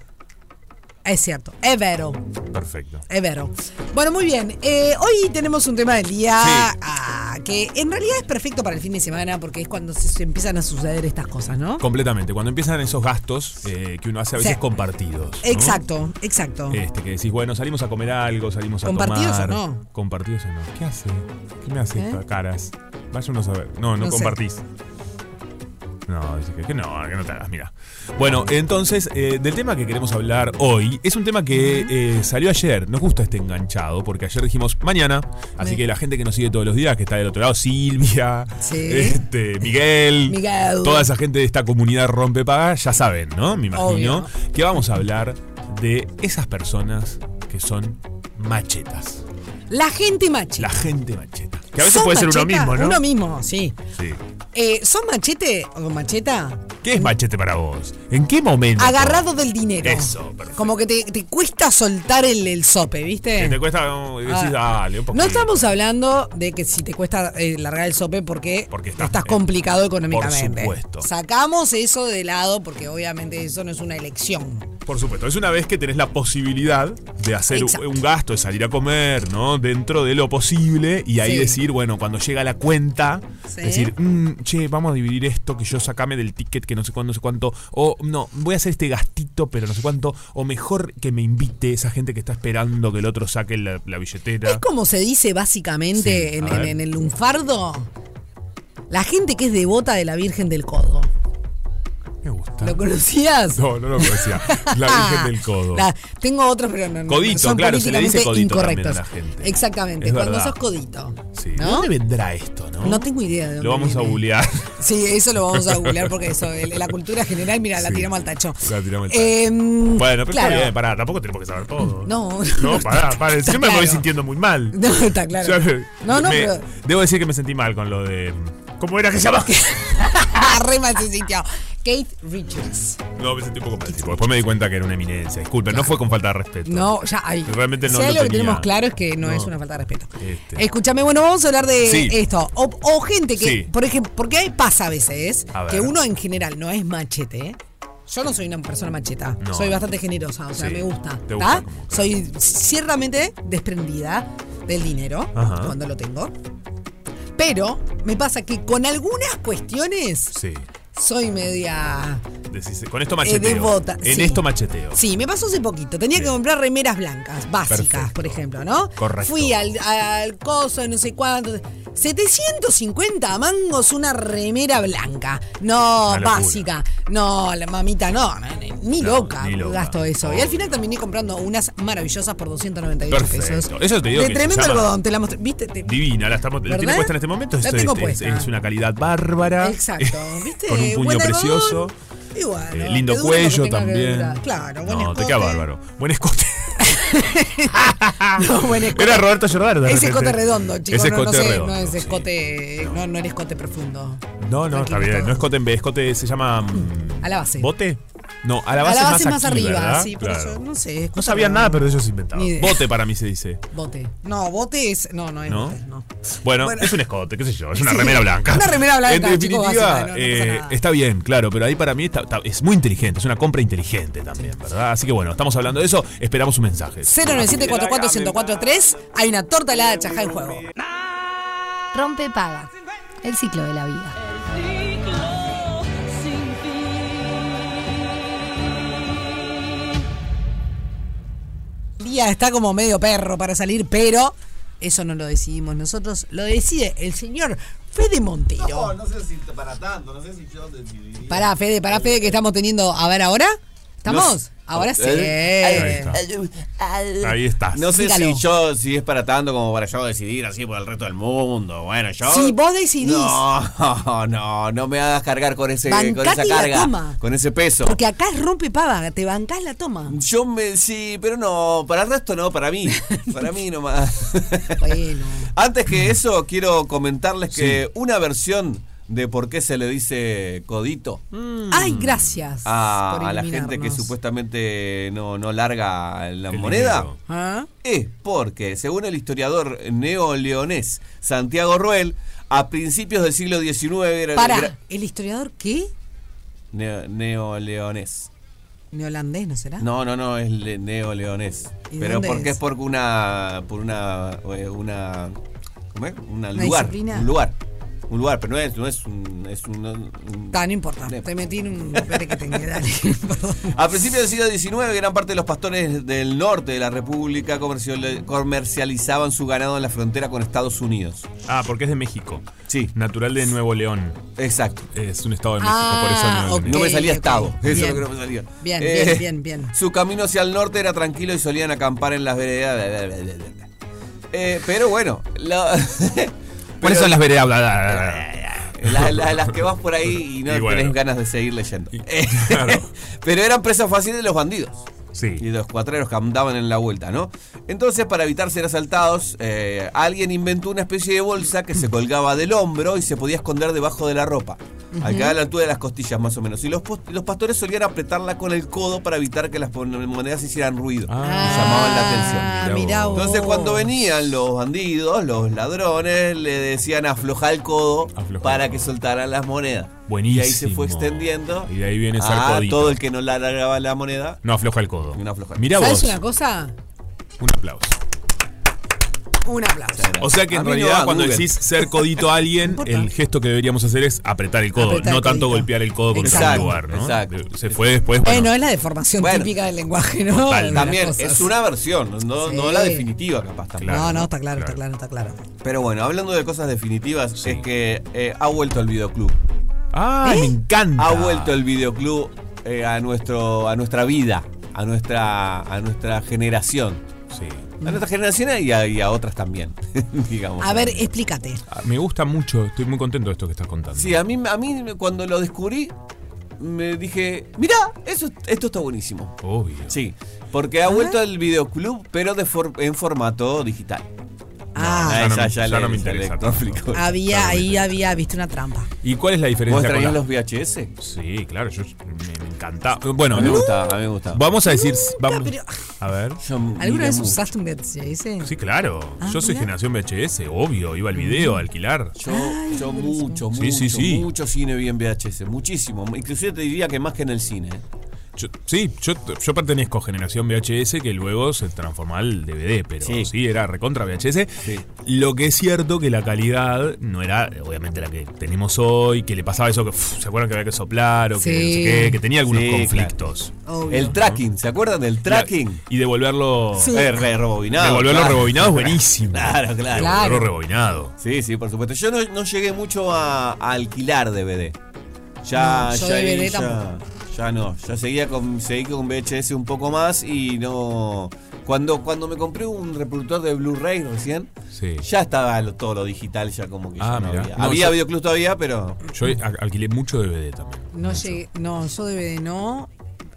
Es cierto. Es vero. Perfecto. Es vero. Bueno, muy bien. Eh, hoy tenemos un tema del día Sí. ah, que en realidad es perfecto para el fin de semana porque es cuando se, se empiezan a suceder estas cosas, ¿no? Completamente. Cuando empiezan esos gastos eh, que uno hace a veces Sí. compartidos. ¿no? Exacto, exacto. Este, que decís, bueno, salimos a comer algo, salimos a ¿Compartidos tomar. o no? ¿Compartidos o no? ¿Qué hace? ¿Qué me hace ¿Eh? estas caras? Vaya uno a saber. No, no, No sé. compartís. No, dice que, que no, que no te hagas, mira. Bueno, entonces, eh, del tema que queremos hablar hoy, es un tema que eh, salió ayer. Nos gusta este enganchado, porque ayer dijimos mañana. Así Me- que la gente que nos sigue todos los días, que está del otro lado, Silvia, Sí. este, Miguel, Miguel. toda esa gente de esta comunidad rompe paga, ya saben, ¿no? Me imagino Obvio. que vamos a hablar de esas personas que son machetas. La gente machi. La gente macheta. Que a veces ¿Son puede ser uno macheta? mismo, ¿no? Uno mismo, sí. Sí. Eh, ¿Son machete o macheta? ¿Qué es machete para vos? ¿En qué momento? Agarrado del dinero. Eso, perfecto. Como que te, te cuesta soltar el, el sope, ¿viste? Que te cuesta um, decís, Ah. dale, un poquito. No estamos hablando de que si te cuesta eh, largar el sope porque, Porque estás- estás, complicado eh, económicamente. por supuesto. Sacamos eso de lado porque obviamente eso no es una elección. Por supuesto, es una vez que tenés la posibilidad de hacer Exacto. un gasto, de salir a comer, ¿no? Dentro de lo posible y ahí Sí. decir, bueno, cuando llega la cuenta, Sí. decir, mm, che, vamos a dividir esto, que yo sacame del ticket, que no sé cuándo, no sé cuánto, o no, voy a hacer este gastito, pero no sé cuánto, o mejor que me invite esa gente que está esperando que el otro saque la, la billetera. Es como se dice básicamente Sí, en, a ver. en- en el lunfardo. La gente que es devota de la Virgen del Codo. Me gusta. ¿Lo conocías? No, no lo conocía. La Virgen del Codo. Ah, La- tengo otros, pero no, no, Codito, son claro, se le dice codito también políticamente a incorrectos. la gente. Exactamente, Es cuando verdad. sos codito. Sí. ¿De ¿no? ¿Dónde vendrá esto, no? No tengo idea de dónde Lo vamos a viene. bulear. Sí, eso lo vamos a googlear porque eso, el- la cultura general, mira, la Sí. tiramos al tacho. La tiramos al tacho. Em, Bueno, pero claro. está bien, pará, tampoco tenemos que saber todo. No, [laughs] No, pará, pará, Está encima me voy claro. sintiendo muy mal. No, está claro. Ya- No, no, me- pero. Debo decir que me sentí mal con lo de. ¿Cómo era que se [laughs] llama? Re mal se sintió. Kate Richards. No, me sentí un poco mal. tipo, después me di cuenta que era una eminencia. Disculpen, no fue con falta de respeto. No, ya hay. Realmente no Si hay lo algo que tenía. tenemos claro es que no, No. es una falta de respeto. Este. Escúchame, bueno, vamos a hablar de Sí. esto. O, o gente que, Sí. por ejemplo, porque pasa a veces A ver. que uno en general no es machete. ¿eh? Yo no soy una persona macheta. No. Soy bastante generosa, o sea, Sí. me gusta. Te gusta ¿tá? como- Soy ciertamente desprendida del dinero Ajá. cuando lo tengo. Pero me pasa que con algunas cuestiones Sí. soy media Decís, con esto eh, macheteo. devota. en Sí. esto macheteo. Sí, me pasó hace poquito. Tenía que Bien. comprar remeras blancas, básicas, Perfecto. por ejemplo, ¿no? Correcto. Fui al, al coso, de no sé cuánto. 750 mangos una remera blanca. No, Una locura. básica. No, la mamita, no. no, ni- Ni No, loca ni loca. gasto eso. Y Obvio. al final terminé comprando unas maravillosas por 298 Perfecto. pesos. Eso te digo De que se tremendo llama- algodón, te la mostré. ¿Viste? Te- Divina, la, estamos, la ¿Verdad? tiene puesta en este momento. La Esto tengo es, es- puesta. es una calidad bárbara. Exacto, ¿viste? [laughs] Con un puño Buen algodón. precioso. Y bueno, Eh, lindo que dure lo que cuello tenga que también. durar. Claro, buen No, te queda escote. bárbaro. Buen escote. [laughs] No, [laughs] buen escote. Era Roberto Jordano. de Es escote repente. redondo, chicos. Es no, no escote sé, no redondo, es sí. escote. No, no era escote profundo. No, no, Tranquilo, está bien. todo. No es Cotembe, es Cote, se llama. mm, A la base. ¿Bote? No, a la A base, la base más, aquí, arriba, ¿verdad? sí, por Claro. eso. No sé. No escote sabían redondo. nada, pero ellos inventaban. Ni idea. Bote para mí se dice. Bote. No, bote es. No, no es ¿No? bote. No. Bueno, Bueno. es un escote, qué sé yo, es una Sí, remera blanca. una remera blanca, En chicos, definitiva, básica, no- no pasa eh, nada. está bien, claro, pero ahí para mí está- está- es muy inteligente, es una compra inteligente también, ¿verdad? Así que bueno, estamos hablando de eso, esperamos un mensaje. 097-44-1043. Hay una torta helada de chajá en juego. Rompe paga. El ciclo de la vida. El día está como medio perro para salir, pero eso no lo decidimos nosotros. Lo decide el señor Fede Montero. no sé si para tanto, no sé si yo decidiría. Pará, Fede, pará, Fede, que estamos teniendo. A ver ahora. ¿Estamos? No sé. Ahora sí. Eh, Ahí está. Ahí estás. No sé Dígalo. si yo, si es para tanto como para yo decidir así por el resto del mundo. Bueno, yo. Si vos decidís. No, [laughs] no, no me hagas cargar con ese, con esa Bancate la carga. toma. Con ese peso. Porque acá es rompe pava, te bancás la toma. Yo me. Sí, pero no, para el resto no, para [laughs] mí. Para mí nomás. Bueno. [laughs] Antes que eso, quiero comentarles que una versión de por qué se le dice codito Ay, gracias. Mm. Ah, a, por a la gente que iluminarnos. supuestamente no, no larga la El moneda. dinero. ¿Ah? es porque, según el historiador neoleonés Santiago Ruel, a principios del siglo XIX era Para, era- ¿el historiador qué? neo- neoleonés. ¿Neolandés no será? No, no, no, es le- neoleonés. ¿Ah? ¿Y Pero dónde porque es? es por una por una eh, una ¿cómo es? Una Una lugar, disciplina. un lugar. Un lugar, pero no es, no es un, es un- un- Tan importante. Ne- Te metí en un papel que tenía. Dale. [laughs] perdón. A principios del siglo XIX, gran parte de los pastores del norte de la República comercial- comercializaban su ganado en la frontera con Estados Unidos. Ah, porque es de México. Sí. Natural de Nuevo León. Exacto. Es un estado de México, Ah, por eso no- ok. No me salía ok. estado. Eso Bien. es lo que no me salía. Bien, Eh, bien, bien, bien. Su camino hacia el norte era tranquilo y solían acampar en las veredas. bla, bla, bla, bla, bla. Eh, pero bueno, la- Por pero Eh, eso en las veredas. bla, bla, bla, bla. la- la- las que vas por [laughs] ahí y no Y bueno. tenés ganas de seguir leyendo. Y- Eh, claro. [laughs] pero eran presas fáciles de los bandidos. Y Sí. de los cuatreros que andaban en la vuelta, ¿no? Entonces, para evitar ser asaltados, eh, alguien inventó una especie de bolsa que se colgaba del hombro y se podía esconder debajo de la ropa. Al quedar a la altura de las costillas, más o menos. Y los, pos- los pastores solían apretarla con el codo para evitar que las pon- monedas hicieran ruido. Ah. Llamaban la atención. Ah, Mirá mirá vos. vos. Entonces, cuando venían los bandidos, los ladrones, le decían aflojar el codo Aflojar para el que codo. soltaran las monedas. Buenísimo. Y ahí se fue extendiendo. Y de ahí viene ser Ah, codito. todo el que no largaba la moneda. No afloja el codo. No afloja el Mirá ¿Sabes vos. una cosa? Un aplauso. Un aplauso. O sea que A en mí no realidad va, cuando Google. decís ser codito a alguien, No importa. el gesto que deberíamos hacer es apretar el codo, Apretar no el tanto codito. golpear el codo contra Exacto, un lugar, ¿no? exacto. Se fue después. Bueno, Bueno, Eh, es la deformación Bueno. típica del lenguaje, ¿no? Total. De las También cosas. es una versión, no, Sí. no la definitiva capaz tampoco. Claro, no, no, está claro, claro. está claro, está claro. Pero bueno, hablando de cosas definitivas, es que eh, ha vuelto el videoclub. ah, ¿Eh? me encanta. Ha vuelto el videoclub eh, a nuestro a nuestra vida, a nuestra a nuestra generación. Sí. A nuestra generación y a, y a otras también, [laughs] digamos. A ver, explícate. Ah, Me gusta mucho, estoy muy contento de esto que estás contando. Sí, a mí a mí cuando lo descubrí me dije, "Mirá, eso esto está buenísimo." Obvio. Sí, porque ha vuelto el videoclub, pero de for- en formato digital. Ah, ya no me- ya le- no me le interesa complicó. [laughs] había, Claro, ahí había, viste, una trampa. ¿Y cuál es la ¿Vos diferencia? con traías la- los VHS? Sí, claro, yo me, me encantaba. Bueno, A mí me no. gustaba, a mí me gustaba. vamos a decir. vamos- pero- A ver. Yo miré ¿Alguna vez mucho. usaste un VHS? Sí, claro. Ah, Yo soy mirá. generación VHS, obvio. Iba al video a alquilar. Yo, yo mucho, Sí, mucho, sí, sí. mucho cine vi en VHS, muchísimo. Inclusive te diría que más que en el cine. ¿eh? Yo- sí, yo, yo pertenezco a generación VHS que luego se transformó al DVD, pero sí, Sí. era recontra VHS. Sí. Lo que es cierto que la calidad no era, eh, obviamente, la que tenemos hoy, que le pasaba eso que uf, se acuerdan que había que soplar o que, no sé Sí. qué, que tenía algunos Sí, conflictos. Obvio. El tracking, ¿se acuerdan del tracking? Y devolverlo. Sí. Eh, re- rebobinado. Devolverlo claro. [laughs] rebobinado es buenísimo. Claro, claro. Devolverlo Claro. rebobinado. Sí, sí, por supuesto. Yo no, no llegué mucho a, a alquilar DVD. Ya, No, yo ya, ahí, DVD ya, tampoco. ya no. Ya seguía con, seguí con VHS un poco más y no. Cuando, cuando me compré un reproductor de Blu-ray recién, Sí. ya estaba lo- todo lo digital, ya como que ya Ah, no mirá. había. No, había yo- videoclub todavía, pero. Yo a- alquilé mucho DVD también. No llegué, no, yo DVD no.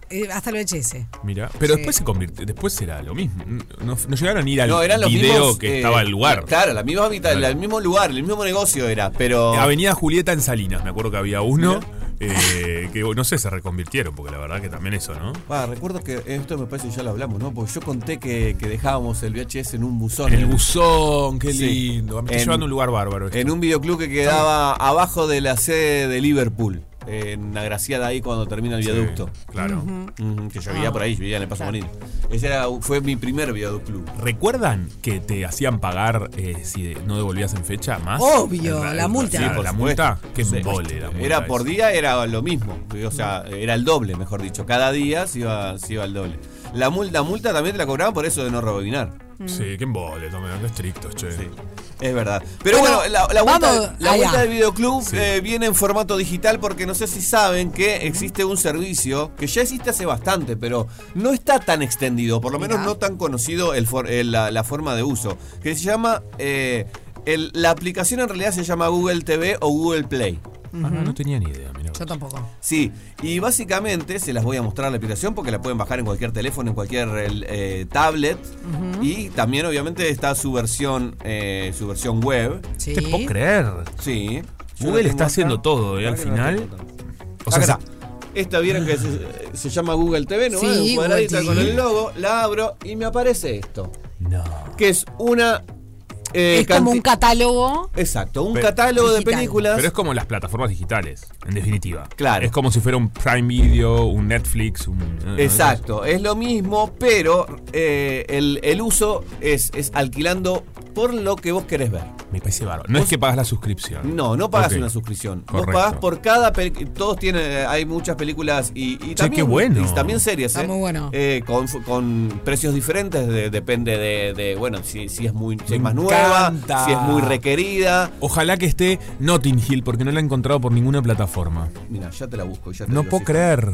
Eh, hasta el VHS. Mira, pero Sí. después se convirtió, después era lo mismo. No, no llegaron a ir al No, eran los video mismos, que eh, estaba el lugar. Claro, la misma mitad, Claro. el mismo lugar, el mismo negocio era, pero. Avenida Julieta en Salinas, me acuerdo que había uno eh, que no sé, se reconvirtieron, porque la verdad que también eso, ¿no? Ah, recuerdo que esto me parece que ya lo hablamos, ¿no? Porque yo conté que, que dejábamos el VHS en un buzón. En el buzón, qué Sí. lindo. Me está En- llevando a un lugar bárbaro. esto. En un videoclub que quedaba abajo de la sede de Liverpool. En Agraciada ahí cuando termina el Sí, viaducto. claro. Mm, que yo vivía por ahí, yo vivía en el Paso Bonito. Ese era, fue mi primer videoclub. ¿Recuerdan que te hacían pagar eh, si de- no devolvías en fecha más? Obvio, El- la el- multa. sí, Ah, por la supuesto. multa, qué Sí. embole la multa Era por esa. día, era lo mismo. O sea, era el doble, mejor dicho. Cada día se iba, se iba al doble. La multa, multa también te la cobraban por eso de no rebobinar. Mm. Sí, qué embole, también, qué estrictos, che. Es verdad. Pero bueno, la, la vamos vuelta, la allá. vuelta del videoclub eh, viene en formato digital porque no sé si saben que existe un servicio que ya existe hace bastante, pero no está tan extendido, por lo menos Mirá. no tan conocido el for- el- la, la forma de uso, que se llama... eh, el- la aplicación en realidad se llama Google TV o Google Play. Ah, no tenía ni idea, mira. Yo tampoco. Sí, y básicamente se las voy a mostrar la aplicación porque la pueden bajar en cualquier teléfono, en cualquier el, eh, tablet. Y también obviamente está su versión, eh, su versión web. Sí. Te puedo creer. Sí. Yo la Google tengo está acá. haciendo todo, y al Ahora que no la final. tengo tanto. O sea, Acá se- está. esta vieron que se, se llama Google TV, ¿no? Sí, Es un cuadradito Google con TV. el logo, la abro y me aparece esto, No. que es una eh, es como canti- un catálogo. Exacto, un Pe- catálogo de Digital. películas. Pero es como las plataformas digitales, en definitiva. Claro. Es como si fuera un Prime Video, un Netflix, un. eh, Exacto, eh. es lo mismo, pero eh, el, el uso es, es alquilando por lo que vos querés ver. Me parece bárbaro. No es que pagas la suscripción. No, no pagas Ok. una suscripción. Vos Correcto. pagás por cada peli- Todos tienen. Hay muchas películas y, y también. qué bueno. y también series, Está ¿eh? muy bueno. Eh, con, con precios diferentes. de- depende de, de, Bueno, si, si es muy. Si Me es más nueva. encanta. Si es muy requerida. Ojalá que esté Notting Hill, porque no la he encontrado por ninguna plataforma. Mira, ya te la busco. Ya te No digo, puedo sí. creer.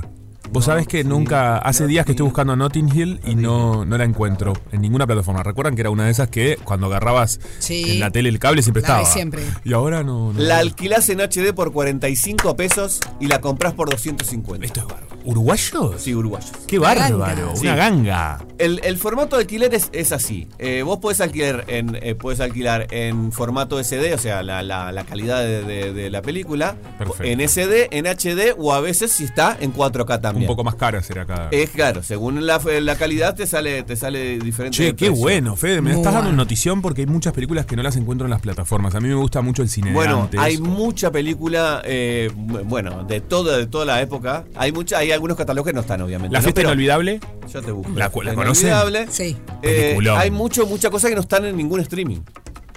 Vos sabés que sí, nunca. Hace días que estoy Notting- buscando a Notting Hill y no, no la encuentro en ninguna plataforma. ¿Recuerdan que era una de esas que cuando agarrabas Sí. en la tele el cable siempre La de estaba? siempre. Y ahora no. no. La alquilás en HD por 45 pesos y la comprás por 250. Esto es bárbaro. ¿Uruguayos? Sí, uruguayos. ¡Qué Una bárbaro! ganga. Sí. Una ganga. El, el formato de alquiler es, es así. Eh, vos podés alquilar en eh, podés alquilar en formato SD, o sea, la, la- la calidad de, de- de la película, Perfecto. en SD, en HD o a veces si está en 4K Un también. poco más cara será acá. Es claro, según la, la calidad te sale te sale diferente. Che, el qué precio. bueno, Fede. Me Muy estás dando bueno. notición porque hay muchas películas que no las encuentro en las plataformas. A mí me gusta mucho el cine. de Bueno, antes. hay mucha película, eh, bueno, de toda de toda la época. Hay mucha, hay algunos catálogos que no están obviamente. La ¿no? fiesta Pero inolvidable. yo te busco. ¿La cu- la conocen? Inolvidable. Sí. Eh, Peliculón. hay mucho mucha cosa que no están en ningún streaming.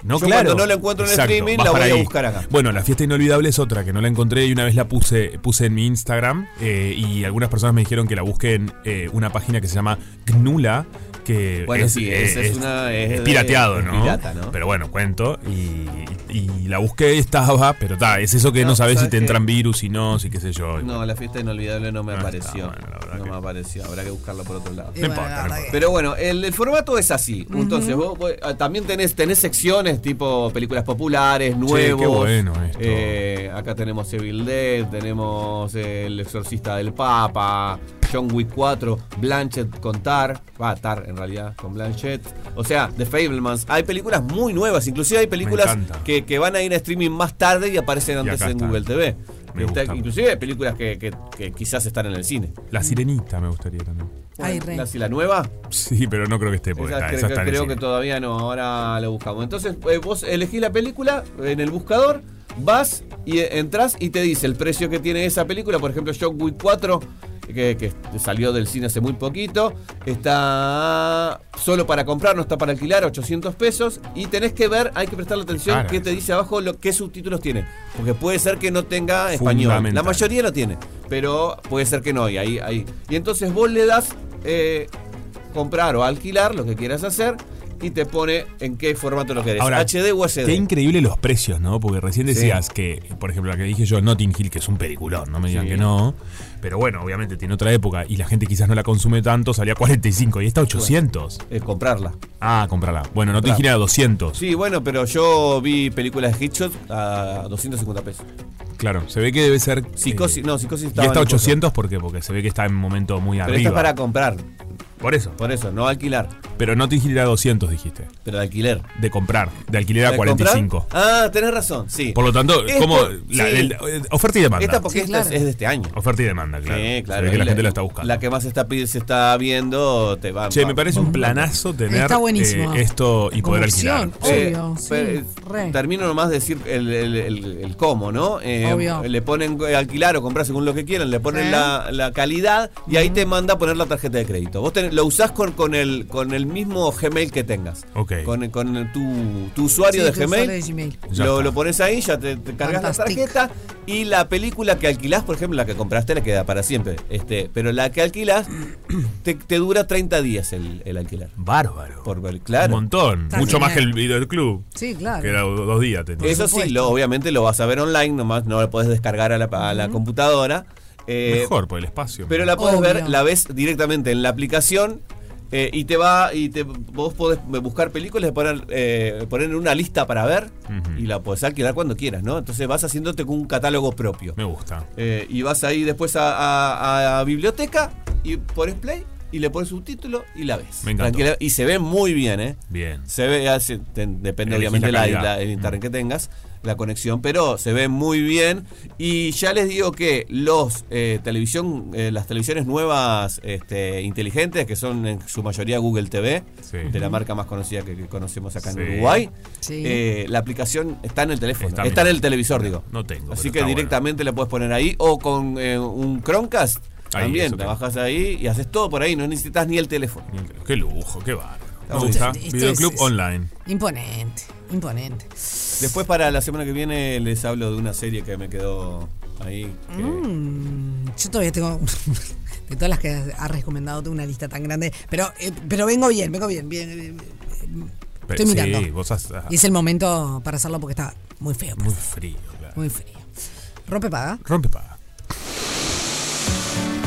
No, Yo claro. cuando no la encuentro en el streaming, vas la voy para a buscar acá. Bueno, la fiesta inolvidable es otra que no la encontré y una vez la puse, puse en mi Instagram eh, y algunas personas me dijeron que la busqué en eh, una página que se llama Gnula. Que eh, Bueno, sí, esa es una- es es de- pirateado, es ¿no? pirata, ¿no? Pero bueno, cuento. Y, y la busqué, estaba, pero está, es eso que no, No, sabes si ¿sabes te qué? entran virus y no, si qué sé yo. No, la fiesta inolvidable no me Ah, apareció. está, bueno, la verdad no que- me apareció, habrá que buscarlo por otro lado. Y No bueno, importa, la no verdad importa. Pero bueno, el, el formato es así. Entonces, vos, vos, ah, también tenés, tenés secciones tipo películas populares, nuevos. qué bueno esto. Eh, acá tenemos Evil Dead, tenemos eh, El Exorcista del Papa, John Wick 4, Blanchett con Tar. Va, Tar en realidad, con Blanchett. O sea, The Fablemans. Hay películas muy nuevas, inclusive hay películas encanta. que, que van a ir a streaming más tarde y aparecen antes en acá están. Google TV. Me Está- gusta. inclusive hay películas que, que- que quizás están en el cine. La sirenita me gustaría también. Ay, Bueno, re. la- si la nueva, Sí, pero no creo que esté, porque Ah. esa está, creo, esa está en el creo cine. que todavía no, ahora lo buscamos. Entonces, eh, vos elegís la película en el buscador, vas y eh, entras y te dice el precio que tiene esa película. Por ejemplo, John Wick 4, que, que salió del cine hace muy poquito, está solo para comprar, no está para alquilar, 800 pesos. Y tenés que ver, hay que prestarle atención, Cara. que te dice abajo lo, qué subtítulos tiene. Porque puede ser que no tenga español. La Fundamental. mayoría lo tiene, pero puede ser que no. Y, ahí, ahí. y entonces vos le das... eh, comprar o alquilar, lo que quieras hacer, y te pone en qué formato lo querés. HD o Qué HD. increíble los precios, ¿no? Porque recién Sí. decías que, por ejemplo, la que dije yo, Notting Hill, que es un peliculón, no me digan Sí. que no. Pero bueno, obviamente tiene otra época y la gente quizás no la consume tanto, salía 45 y está 800. Eh, comprarla. Ah, comprala. Bueno, Notting Hill era 200. Sí, bueno, pero yo vi películas de Hitchcock a 250 pesos. Claro, se ve que debe ser. Psicosis, eh, no, psicosis Y estaba. está en el 800 ¿por qué? porque se ve que está en un momento muy costo. Pero esta arriba. es para comprar, Por eso. por eso, no alquilar, Pero Notting Hill era 200, dijiste. pero de alquiler. De comprar. De alquiler a ¿De comprar? 45. Ah, tenés razón, sí. Por lo tanto, Esto- como sí. oferta y demanda. Esta porque Sí, esta es- claro. es de este año. Oferta y demanda, claro. Sí, claro. Se ve que Y la, gente la está buscando. La que más está, pi- se está viendo te va. Che, va- me parece va- un planazo tener Está buenísimo. eh, esto y poder alquilar. opción. Obvio, sí, re. eh, Termino nomás de decir el, el- el- el cómo, ¿no? Eh, Obvio. Le ponen eh, alquilar o comprar según lo que quieran, le ponen Sí. la, la calidad y ahí te manda a poner la tarjeta de crédito. Vos tenés- lo usás con, con, el, con el mismo Gmail que tengas. Ok. Con, con tu, tu usuario de Sí, tu Gmail. usuario de Gmail. Ya Lo, está. lo pones ahí, ya te, te cargas la Fantastic. tarjeta y la película que alquilás, por ejemplo, la que compraste la queda para siempre. Este, pero la que [clears throat] alquilás te, te dura 30 días el, el alquilar. Bárbaro. Por, Un claro. montón. Está Mucho más que genial. el video del club. Sí, claro. Que era do- dos días tenía. Eso sí, lo, obviamente lo vas a ver online, nomás no lo puedes descargar a la, a la computadora. Eh, Mejor pues, por el espacio. Pero la puedes Obvio. ver, la ves directamente en la aplicación eh, y te va y te vos podés buscar películas y poner eh, poner en una lista para ver Ujú. y la podés alquilar cuando quieras, ¿no? Entonces vas haciéndote con un catálogo propio. Me gusta. Eh, y vas ahí después a, a- a biblioteca y pones play y le pones subtítulo y la ves. Me encantó. Tranquila, y se ve muy bien, ¿eh? Bien. Se ve, hace- te- depende Elegí obviamente la la, calidad. Mm. la- el internet que tengas, la conexión, pero se ve muy bien. Y ya les digo que los eh, televisión, eh, las televisiones nuevas este, inteligentes, que son en su mayoría Google TV, Sí. de la marca más conocida que, que conocemos acá Sí. en Uruguay, Sí. eh, la aplicación está en el teléfono, Está está, bien. en el televisor, digo. No tengo, Así pero que está directamente la puedes poner ahí o con eh, un Chromecast. Ahí, También, eso te tengo. bajas ahí y haces todo por ahí, no necesitas ni el teléfono. Qué lujo, qué bárbaro. Me bueno. gusta. Esto es- Videoclub es- online. Imponente, imponente. Después para la semana que viene les hablo de una serie que me quedó ahí. que- Mm, Yo todavía tengo. [laughs] De todas las que has recomendado, tengo una lista tan grande. Pero, eh, pero vengo bien, vengo bien, bien, bien, bien. Estoy Pero- mirando. Sí, vos has, ah, Y es el momento para hacerlo porque está muy feo. pues. muy frío, claro. Muy frío. Rompe paga. Rompe paga.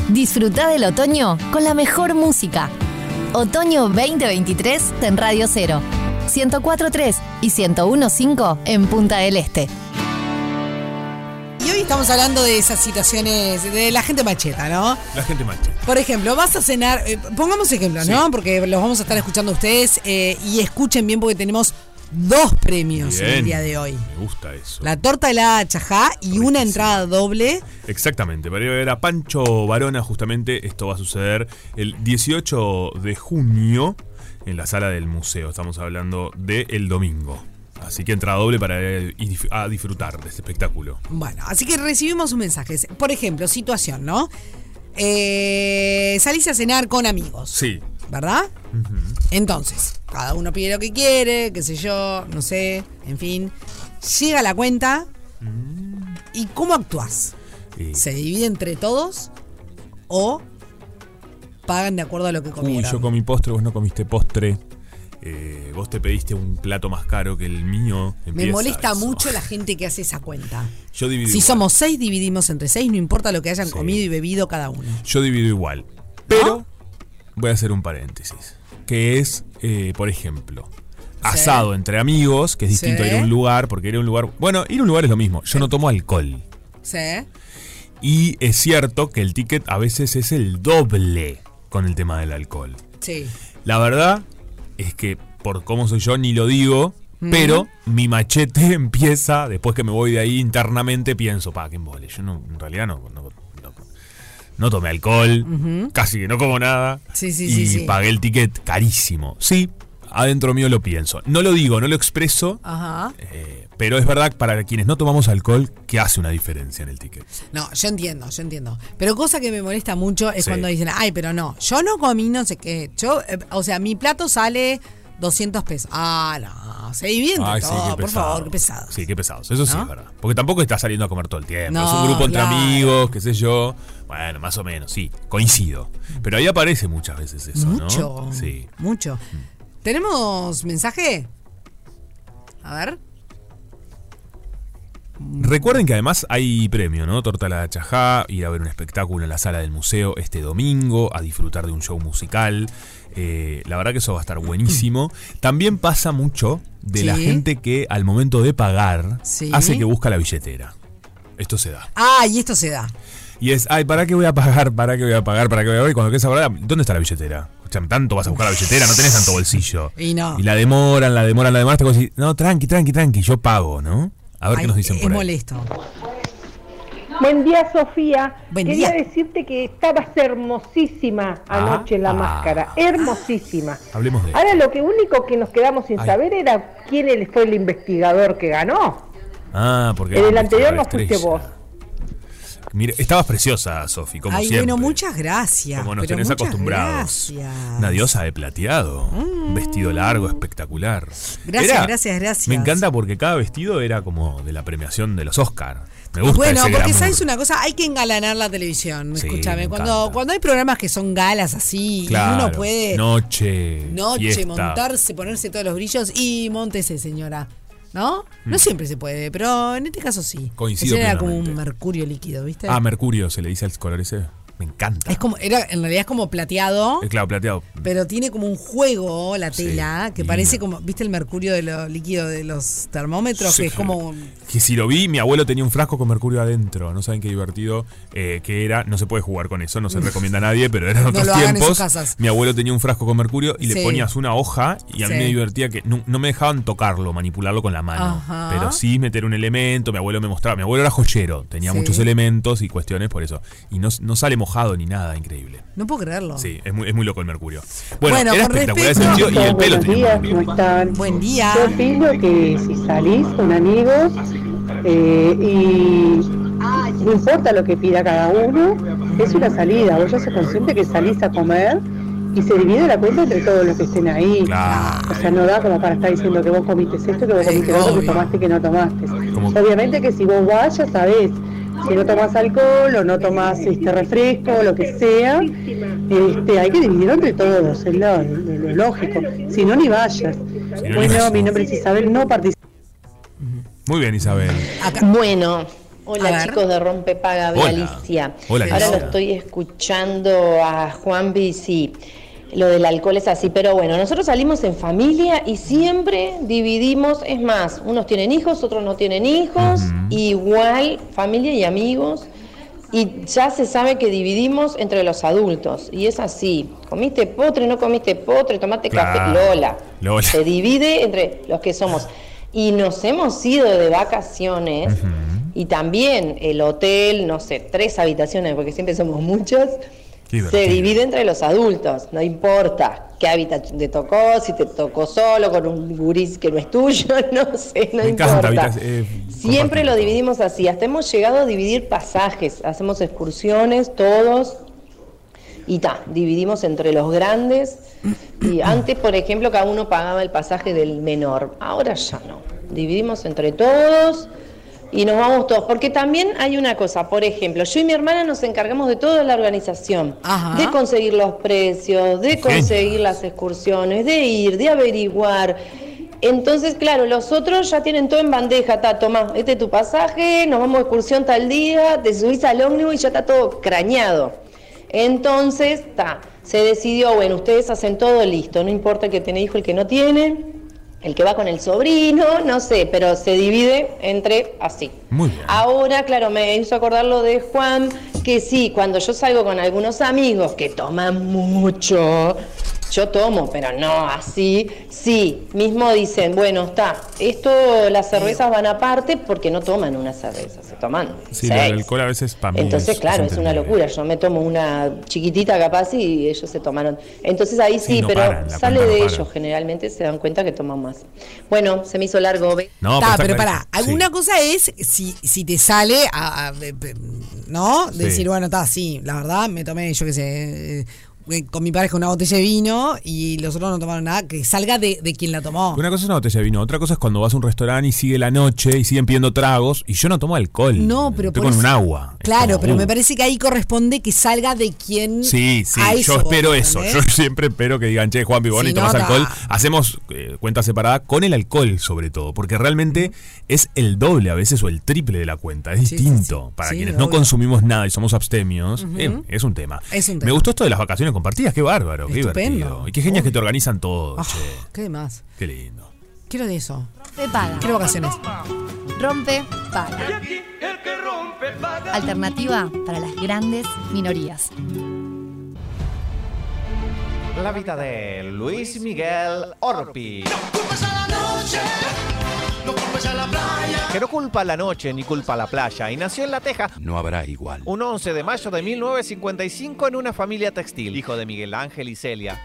Disfruta del otoño con la mejor música. Otoño 2023 en Radio 0. 104.3 y 101.5 en Punta del Este. Y hoy estamos hablando de esas situaciones de la gente macheta, ¿no? La gente mancha. Por ejemplo, vas a cenar, eh, pongamos ejemplos, ¿no? Porque los vamos a estar escuchando a ustedes eh, y escuchen bien porque tenemos dos premios en el día de hoy. Me gusta eso. La torta helada chajá y una entrada doble. Exactamente, para ir a ver a Pancho Varona justamente esto va a suceder el 18 de junio en la sala del museo, estamos hablando del el domingo. Así que entra doble para ir a disfrutar de este espectáculo. Bueno, así que recibimos sus mensajes. Por ejemplo, situación, ¿no? Eh, salís a cenar con amigos. Sí. ¿Verdad? Entonces, cada uno pide lo que quiere, qué sé yo, no sé, en fin. Llega la cuenta. ¿Y cómo actúas? Y- ¿Se divide entre todos o pagan de acuerdo a lo que Uy, comieron? yo comí postre, vos no comiste postre. Eh, vos te pediste un plato más caro que el mío. Me Empieza molesta eso. mucho la gente que hace esa cuenta. Yo divido Si igual. somos seis, dividimos entre seis, no importa lo que hayan Sí. comido y bebido cada uno. Yo divido igual. Pero voy a hacer un paréntesis. Que es, eh, por ejemplo, asado entre amigos, que es distinto Sí. a ir a un lugar, porque ir a un lugar. Bueno, ir a un lugar es lo mismo. Yo no tomo alcohol. ¿Sí? Y es cierto que el ticket a veces es el doble con el tema del alcohol. Sí. La verdad es que por cómo soy yo ni lo digo, pero mi machete [laughs] empieza, después que me voy de ahí internamente, pienso, pa, que embole. Yo no, en realidad no, no, no- no tomé alcohol, casi que no como nada. Sí, sí, y sí, sí. pagué el ticket carísimo. Sí, adentro mío lo pienso. No lo digo, no lo expreso. Ajá. eh, pero es verdad, para quienes no tomamos alcohol, que hace una diferencia en el ticket. No, yo entiendo, yo entiendo. Pero cosa que me molesta mucho es Sí. cuando dicen, ay, pero no, yo no comí no sé qué. Yo, eh, o sea, mi plato sale 200 pesos. Ah, no, se divide entre Ay, sí, todos, qué por pesados. favor, qué pesado. Sí, qué pesados. Eso sí ¿No? es verdad. Porque tampoco está saliendo a comer todo el tiempo. No, es un grupo entre claro. amigos, qué sé yo. Bueno, más o menos, sí. Coincido. Pero ahí aparece muchas veces eso, mucho, ¿no? Sí. mucho. ¿Tenemos mensaje? A ver. Recuerden que además hay premio, ¿no? Torta a la Chajá, ir a ver un espectáculo en la sala del museo este domingo, a disfrutar de un show musical. Eh, la verdad que eso va a estar [laughs] buenísimo. También pasa mucho de la Sí. gente que al momento de pagar Sí. hace que busca la billetera. Esto se da. Ah, y esto se da. Y es, ay, ¿para qué voy a pagar? ¿Para qué voy a pagar? ¿Para qué voy a pagar? Y cuando quieres hablar, ¿dónde está la billetera? Escuchame, tanto vas a buscar la billetera, no tenés tanto bolsillo. Y no. la demoran, la demoran, la demoran. Hasta que vos decís, no, tranqui, tranqui, tranqui, yo pago, ¿no? A ver Ay, qué nos dicen es por ahí. molesto. Buen día, Sofía. Buen Quería día. decirte que estabas hermosísima anoche en la Ah. máscara. Hermosísima. Hablemos de Ahora lo que único que nos quedamos sin Ay. saber era quién el- fue el investigador que ganó. Ah, porque. En el ah, anterior la no fuiste estrella. vos. Mira, estabas preciosa, Sofi, como Ay, siempre. bueno, muchas gracias. Como nos pero tenés muchas acostumbrados. Gracias. Una diosa de plateado. Un vestido largo, espectacular. Gracias, gracias, gracias. Me encanta porque cada vestido era como de la premiación de los Oscar. Me gusta Bueno, ese porque glamour. sabes una cosa, hay que engalanar la televisión, Sí, me escúchame. Cuando, encanta. cuando hay programas que son galas así, y Claro, uno puede Noche. noche, fiesta. montarse, ponerse todos los brillos y montese, señora. ¿No? No Mm. siempre se puede, pero en este caso sí. Coincido Ese Era como un plenamente. mercurio líquido, ¿viste? Ah, Mercurio, se le dice al color ese. Me encanta. es como, era, en realidad es como plateado, Eh, claro, plateado. pero tiene como un juego la tela, que divino. parece como, ¿viste el mercurio de lo líquido de los termómetros? Sí. Que es como un- Que si lo vi, mi abuelo tenía un frasco con mercurio adentro. No saben qué divertido eh, que era. No se puede jugar con eso, no se recomienda a nadie, pero eran Mm. No otros lo hagan en tiempos. sus casas. Mi abuelo tenía un frasco con mercurio y Sí. le ponías una hoja y a mí Sí. me divertía que no, no me dejaban tocarlo, manipularlo con la mano. Ajá. Pero sí meter un elemento. Mi abuelo me mostraba. Mi abuelo era joyero, tenía Sí. muchos elementos y cuestiones por eso. Y no, no sale mojado ni nada, increíble. No puedo creerlo. Sí, es muy, es muy loco el mercurio. Bueno, Bueno, era con espectacular ese respecto- sentido y el pelo Buenos tenía. días, ¿cómo están? Buen día. Yo opino que si salís con amigos eh, y no importa lo que pida cada uno, es una salida. Vos ya sos consciente que salís a comer y se divide la cuenta entre todos los que estén ahí. Claro. O sea, no da como para estar diciendo que vos comiste esto, que vos comiste lo otro, que obvio. tomaste, que no tomaste. Como- Obviamente que si vos vas, ya sabés. Si no tomás alcohol o no tomás este refresco o lo que sea, este, hay que dividirlo entre todos, es lo, lo lógico. Si no, ni vayas. ni Bueno, vayas. mi nombre es Isabel, no participo. Muy bien, Isabel. Acá- Bueno, A hola ver. chicos de Rompe Paga, habla Hola. Alicia. Hola, Ahora Alicia. lo estoy escuchando a Juan sí, Lo del alcohol es así, pero bueno, nosotros salimos en familia y siempre dividimos, es más, unos tienen hijos, otros no tienen hijos, igual familia y amigos, y ya se sabe que dividimos entre los adultos, y es así, comiste potre, no comiste potre, tomaste Claro. café, Lola, Lola. se divide entre los que somos. Y nos hemos ido de vacaciones y también el hotel, no sé, tres habitaciones, porque siempre somos muchos, Qué se divertido. divide entre los adultos. No importa qué hábitat te tocó, si te tocó solo, con un guris que no es tuyo, [laughs] no sé, no Me importa. encanta, habita- eh, Siempre compartido. lo dividimos así, hasta hemos llegado a dividir pasajes, hacemos excursiones todos, y ta, dividimos entre los grandes. Y antes, por ejemplo, cada uno pagaba el pasaje del menor. Ahora ya no. Dividimos entre todos y nos vamos todos. Porque también hay una cosa, por ejemplo, yo y mi hermana nos encargamos de toda la organización. Ajá. De conseguir los precios, de conseguir las excursiones, de ir, de averiguar. Entonces, claro, los otros ya tienen todo en bandeja, ta, toma, este es tu pasaje, nos vamos de excursión tal día, te subís al ómnibus y ya está todo crañado. Entonces, ta, se decidió, bueno, ustedes hacen todo listo, no importa el que tiene hijo, el que no tiene, el que va con el sobrino, no sé, pero se divide entre así. Muy bien. Ahora, claro, me hizo acordar lo de Juan, que sí, cuando yo salgo con algunos amigos que toman mucho, yo tomo, pero no así, sí, mismo dicen, bueno, está, esto las cervezas van aparte porque no toman una cerveza, se toman. Sí, lo del seis. alcohol a veces para mí Entonces, es- claro, es es una entendible. locura. Yo me tomo una chiquitita capaz y ellos se tomaron. Entonces ahí Sí, sí, no pero paran, la sale cuenta no de para. ellos. Generalmente se dan cuenta que toman más. Bueno, se me hizo largo. ve. No, Ta, está pero clarísimo. pará, alguna Sí. cosa es si, si te sale a, a- de- de- ¿no? Sí. Decir, bueno, está así, la verdad, me tomé, yo qué sé, eh, eh, con mi pareja una botella de vino y los otros no tomaron nada, que salga de, de quien la tomó. Una cosa es una botella de vino, otra cosa es cuando vas a un restaurante y sigue la noche y siguen pidiendo tragos y yo no tomo alcohol. No, pero Estoy por con un eso- agua. Es Claro, como, pero uh. me parece que ahí corresponde que salga de quien. Sí, sí, a yo eso, espero ¿entendés? eso. Yo siempre espero que digan, che, Juan Pibón, Si y tomas no, ta. alcohol. Hacemos eh, cuenta separada con el alcohol, sobre todo, porque realmente es el doble a veces o el triple de la cuenta. Es Sí, sí, distinto. sí. Para Sí, quienes no obvio. consumimos nada y somos abstemios, eh, es un tema. Es un Me tema. gustó esto de las vacaciones compartidas, qué bárbaro, qué Estupendo. divertido. Y qué genias que te organizan todo, Ah, che. ¿Qué más? Qué lindo. Quiero de eso. Rompe paga. Quiero vacaciones. Rompe paga. Alternativa para las grandes minorías. La vida de Luis Miguel Orpi. Que no culpa la noche ni culpa la playa. Y nació en La Teja No habrá igual. un 11 de mayo de 1955 en una familia textil. Hijo de Miguel Ángel y Celia.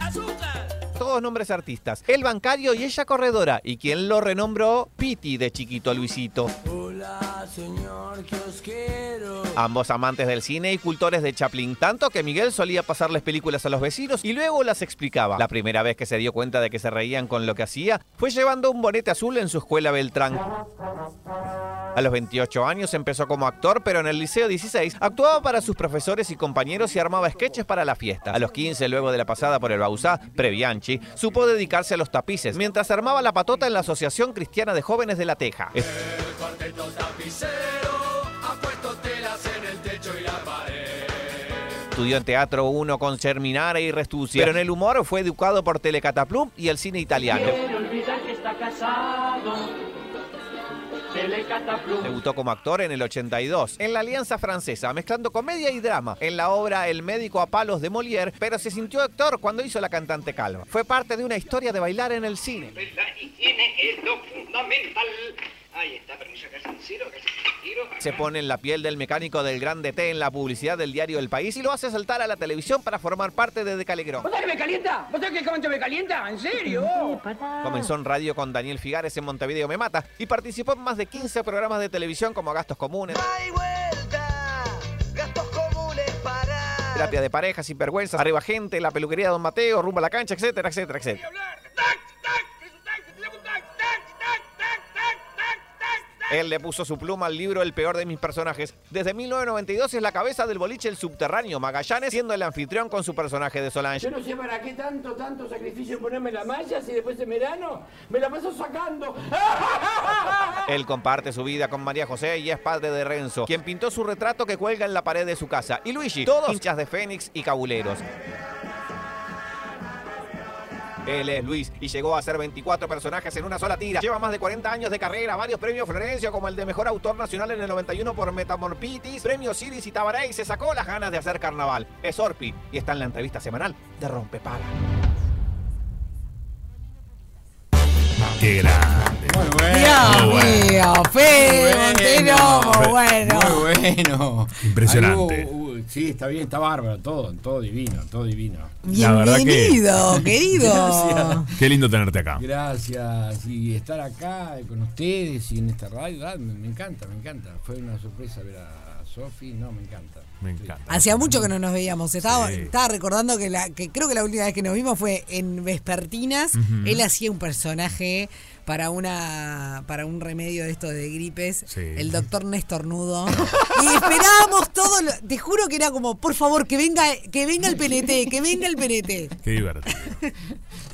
Todos nombres artistas. El bancario y ella corredora. Y quien lo renombró Piti de chiquito a Luisito. señor, que os quiero. Ambos amantes del cine y cultores de Chaplin, tanto que Miguel solía pasarles películas a los vecinos y luego las explicaba. La primera vez que se dio cuenta de que se reían con lo que hacía fue llevando un bonete azul en su escuela Beltrán. A los 28 años empezó como actor, pero en el Liceo 16 actuaba para sus profesores y compañeros y armaba sketches para la fiesta. A los 15, luego de la pasada por el Bausá, Prebianchi, supo dedicarse a los tapices, mientras armaba la patota en la Asociación Cristiana de Jóvenes de La Teja. El cuarteto tapicero, apuesto telas en el techo y la pared. Estudió en teatro 1 con Germinara y Restucia, pero en el humor fue educado por Telecataplum y el cine italiano. Quiere olvidar que está casado. Telecataplum. Debutó como actor en el 82, en la Alianza Francesa, mezclando comedia y drama, en la obra El médico a palos de Molière, pero se sintió actor cuando hizo La cantante calva. Fue parte de una historia de bailar en el cine. verdad y tiene es lo fundamental. Ahí está, permiso, calzoncillo, calzoncillo. Se pone en la piel del mecánico del Grande T en la publicidad del diario El País y lo hace saltar a la televisión para formar parte de Decalegrón. ¿Vos sabés que me calienta? ¿Vos sabés que Camacho me calienta? ¿En serio? Ah. Comenzó en radio con Daniel Figares en Montevideo Me Mata y participó en más de 15 programas de televisión como Gastos Comunes. Terapia de pareja, sinvergüenza, arriba gente, la peluquería de Don Mateo, rumba a la cancha, etcétera, etcétera, etcétera. Él le puso su pluma al libro El peor de mis personajes. Desde 1992 es la cabeza del boliche El Subterráneo Magallanes, siendo el anfitrión con su personaje de Solange. Yo no sé para qué tanto, tanto sacrificio ponerme la malla si después en verano me la paso sacando. Él comparte su vida con María José y es padre de Renzo, quien pintó su retrato que cuelga en la pared de su casa. Y Luigi, todos hinchas de Fénix y cabuleros. Él es Luis y llegó a ser 24 personajes en una sola tira. Lleva más de 40 años de carrera, varios premios Florencio, como el de Mejor Autor Nacional en el 91 por Metamorpitis, premios Ciris y Tabaré, y se sacó las ganas de hacer carnaval. Es Orpi y está en la entrevista semanal de Rompepaga. Qué grande. Dios Muy bueno. mío, Fede Montero, bueno. Muy bueno. Impresionante. Ahí hubo- hubo- sí, está bien, está bárbaro, todo, todo divino, todo divino. La verdad que- [laughs] Bienvenido, querido. Qué lindo tenerte acá. Gracias, y estar acá con ustedes y en esta radio, ah, me, me encanta, me encanta. Fue una sorpresa ver a Sofi, no, me encanta. Me encanta. Hacía mucho que no nos veíamos. Estaba, Sí. estaba recordando que, la, que creo que la última vez que nos vimos fue en Vespertinas. Ujú. Él hacía un personaje para una para un remedio de estos de gripes. El doctor Néstor Nudo. y esperábamos todo. lo- te juro que era como, por favor, que venga, que venga el PNT, que venga el PNT. Qué divertido.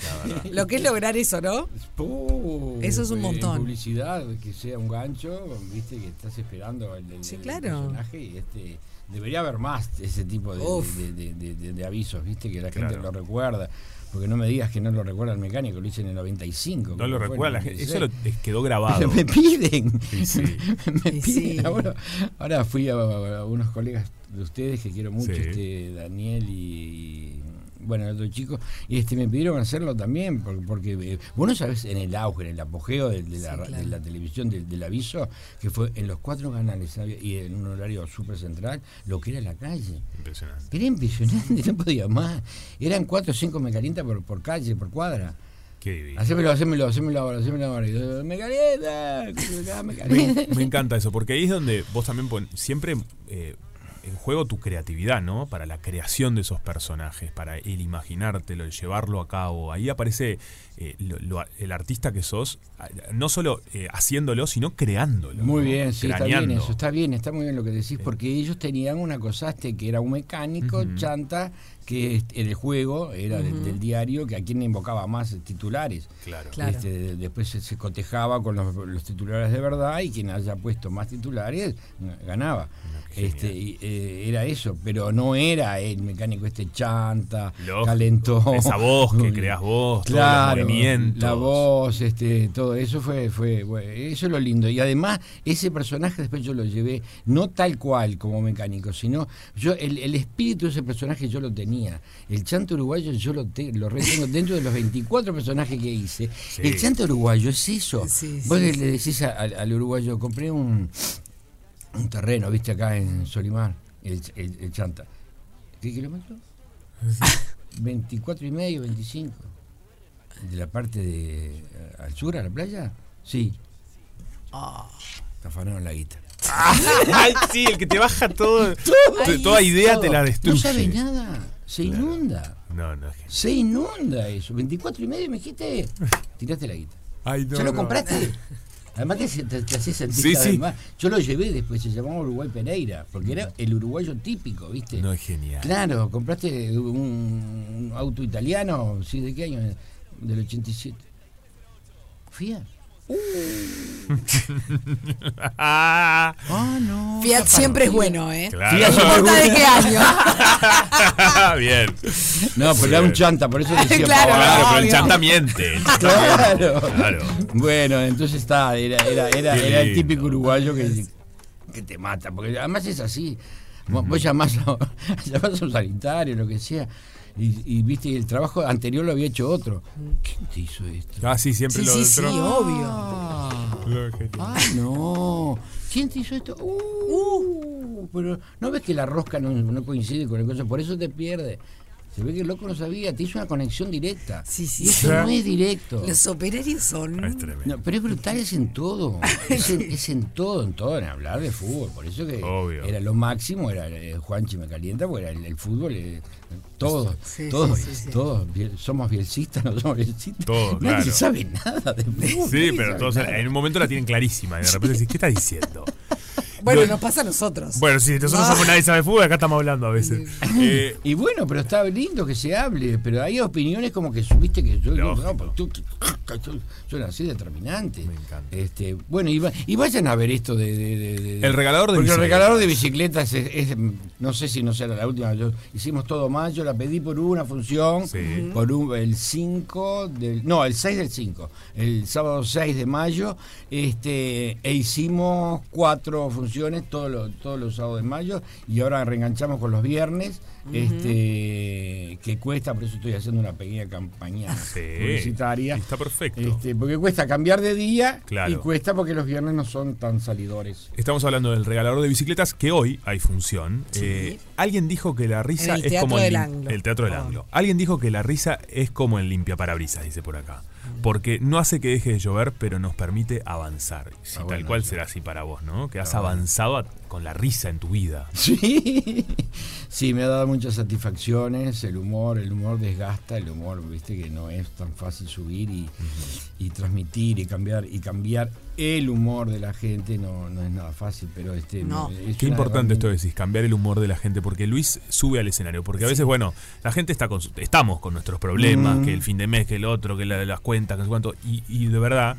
La verdad. Lo que es lograr eso, ¿no? Oh, Eso es un en montón. publicidad, que sea un gancho, viste, que estás esperando el, el- el claro. personaje y este. Debería haber más de ese tipo de, Uf. de- de- de- de- de avisos, viste, que la gente Claro. lo recuerda. Porque no me digas que no lo recuerda el mecánico, lo hice en el 95. No creo lo que fue, recuerda la en el gente. Eso lo- 96. eh, quedó grabado. [laughs] Me piden. [laughs] me Y piden. sí. Ahora, ahora fui a, a unos colegas de ustedes que quiero mucho, Sí. este, Daniel y, y, bueno, el otro chico, y este me pidieron hacerlo también, porque, porque eh, vos no sabés en el auge, en el apogeo de, de la, Sí, ra- claro. de la televisión, del- del aviso, que fue en los cuatro canales ¿sabes? y en un horario súper central, lo que era la calle. Impresionante. Era impresionante, [laughs] no podía más. Eran cuatro o cinco me calienta por, por calle, por cuadra. Qué divino. Hacémelo, hacémelo, hacémelo ahora, hacémelo ahora. Y yo, me calienta, me Me, [laughs] [laughs] calienta. me encanta eso, porque ahí es donde vos también pon- siempre eh, en juego tu creatividad, ¿no? Para la creación de esos personajes, para el imaginártelo, el llevarlo a cabo. Ahí aparece eh, lo- lo- el artista que sos, ah, no solo eh, haciéndolo, sino creándolo. Muy ¿no? bien, sí, está bien Craneando. eso, está bien, está muy bien lo que decís, porque ellos tenían una cosa este, que era un mecánico, Ujú. chanta, que este, en el juego era de- Ujú. del diario, que a quien invocaba más eh, titulares. Claro. Claro. Este, de- después se, se cotejaba con los, los titulares de verdad y quien haya puesto más titulares eh, ganaba. Este, y, eh, era eso, pero no era el mecánico este chanta, Lógico. calentón. Esa voz que creás vos, todos los movimientos. La voz, este, todo eso fue, fue bueno, eso es lo lindo. Y además, ese personaje después yo lo llevé, no tal cual como mecánico, sino yo el, el espíritu de ese personaje yo lo tenía. El chanto uruguayo yo lo, te- lo retengo dentro de los 24 personajes que hice. El chanto uruguayo es eso. Vos le, le decís a- al, al uruguayo, compré un, un terreno, viste, acá en Solimar, el, el- el chanta. ¿Qué kilómetros? 24 y medio, 25. ¿De eh, la parte de al sur, a la playa? Sí. Tafanaron la guita. [laughs] Ay, sí, el que te baja todo. Ahí toda es idea todo. te la No destruye. sabe nada. Se inunda. No, no, es que- Se inunda eso. 24 y medio me dijiste. Tiraste la guita. Ay, no, ¿Ya lo no. compraste? Además te, te, te hacés sentir Sí, cada sí. vez más. Yo lo llevé después, se llamaba Uruguay Pereira, porque era el uruguayo típico, ¿viste? No es genial. Claro, compraste un, un auto italiano, ¿sí? ¿De qué año? Del 87. [laughs] Fiat. Ah, no. Fiat Una siempre es partida. bueno, ¿eh? Claro. Fiat No importa siempre de es qué [laughs] año. Bien. No, pero era un chanta, por eso [laughs] decía. Claro, pero el obvio. chanta miente. Claro. Claro. Bueno, entonces está, era, era, era, Qué era el lindo. típico uruguayo que, que te mata, porque además es así. Vos, vos llamás, a, [laughs] llamás a un sanitario, lo que sea, y, y viste, el trabajo anterior lo había hecho otro. ¿Quién te hizo esto? Ah, sí, siempre Sí, lo sí, sí, otro. obvio. Lo que- Ah, no. ¿Quién te hizo esto? Uh, pero no ves que la rosca no, no coincide con el coso, por eso te pierde. Se ve que el loco no sabía, te hizo una conexión directa. Sí, sí, Eso no es directo. Los operarios son. No, pero es brutal, es en todo. Es en, es en todo, en todo, en hablar de fútbol. Por eso que era lo máximo, era eh, Juanchi me calienta, porque era el, el fútbol, eh, todo, Sí, todo, sí, sí, sí. todo. Biel- Somos bielcistas, no somos bielcistas. Todo, Nadie Oh, claro. sabe nada de fútbol. Sí, nadie pero sabe todos nada. en un momento la tienen clarísima. Y de repente decís, ¿qué estás diciendo? Bueno, Lo- nos pasa a nosotros. Bueno, sí, nosotros somos nadie sabe fútbol, acá estamos hablando a veces. Eh, Y bueno, pero está lindo que se hable, pero hay opiniones como que subiste que yo, yo- Lógico. no, pero tú- tú- son así determinantes. Me encanta. Este, bueno, y, va- y vayan a ver esto de, de- de- de- El regalador de porque el bicicletas. regalador de bicicletas es, es, mm, no sé si no será la última, yo- hicimos todo mayo, la pedí por una función, por un, el 5 del no, el 6 del 5, el sábado 6 de mayo, este, e hicimos cuatro funciones todos los todos los sábados de mayo y ahora reenganchamos con los viernes. Ujú. Este que cuesta, por eso estoy haciendo una pequeña campaña publicitaria. Está perfecto. Este, porque cuesta cambiar de día Claro. y cuesta porque los viernes no son tan salidores. Estamos hablando del regalador de bicicletas, que hoy hay función. Eh, alguien dijo que la risa En el es como Teatro del Ah. lim- Anglo. el teatro del anglo. Alguien dijo que la risa es como el limpiaparabrisas, dice por acá. Mm. Porque no hace que deje de llover, pero nos permite avanzar. Si tal Ah, bueno cual será así para vos, ¿no? Que has Está bueno. avanzado a- con la risa en tu vida. Sí. Sí, me ha dado muchas satisfacciones, el humor, el humor desgasta, el humor, viste que no es tan fácil subir y, y transmitir y cambiar y cambiar el humor de la gente no, no es nada fácil, pero este No. es Qué una importante esto que decís, cambiar el humor de la gente, porque Luis sube al escenario, porque a veces, bueno, la gente está con, su- estamos con nuestros problemas, Mm. que el fin de mes, que el otro, que la, las cuentas, que no sé cuánto, y, y de verdad,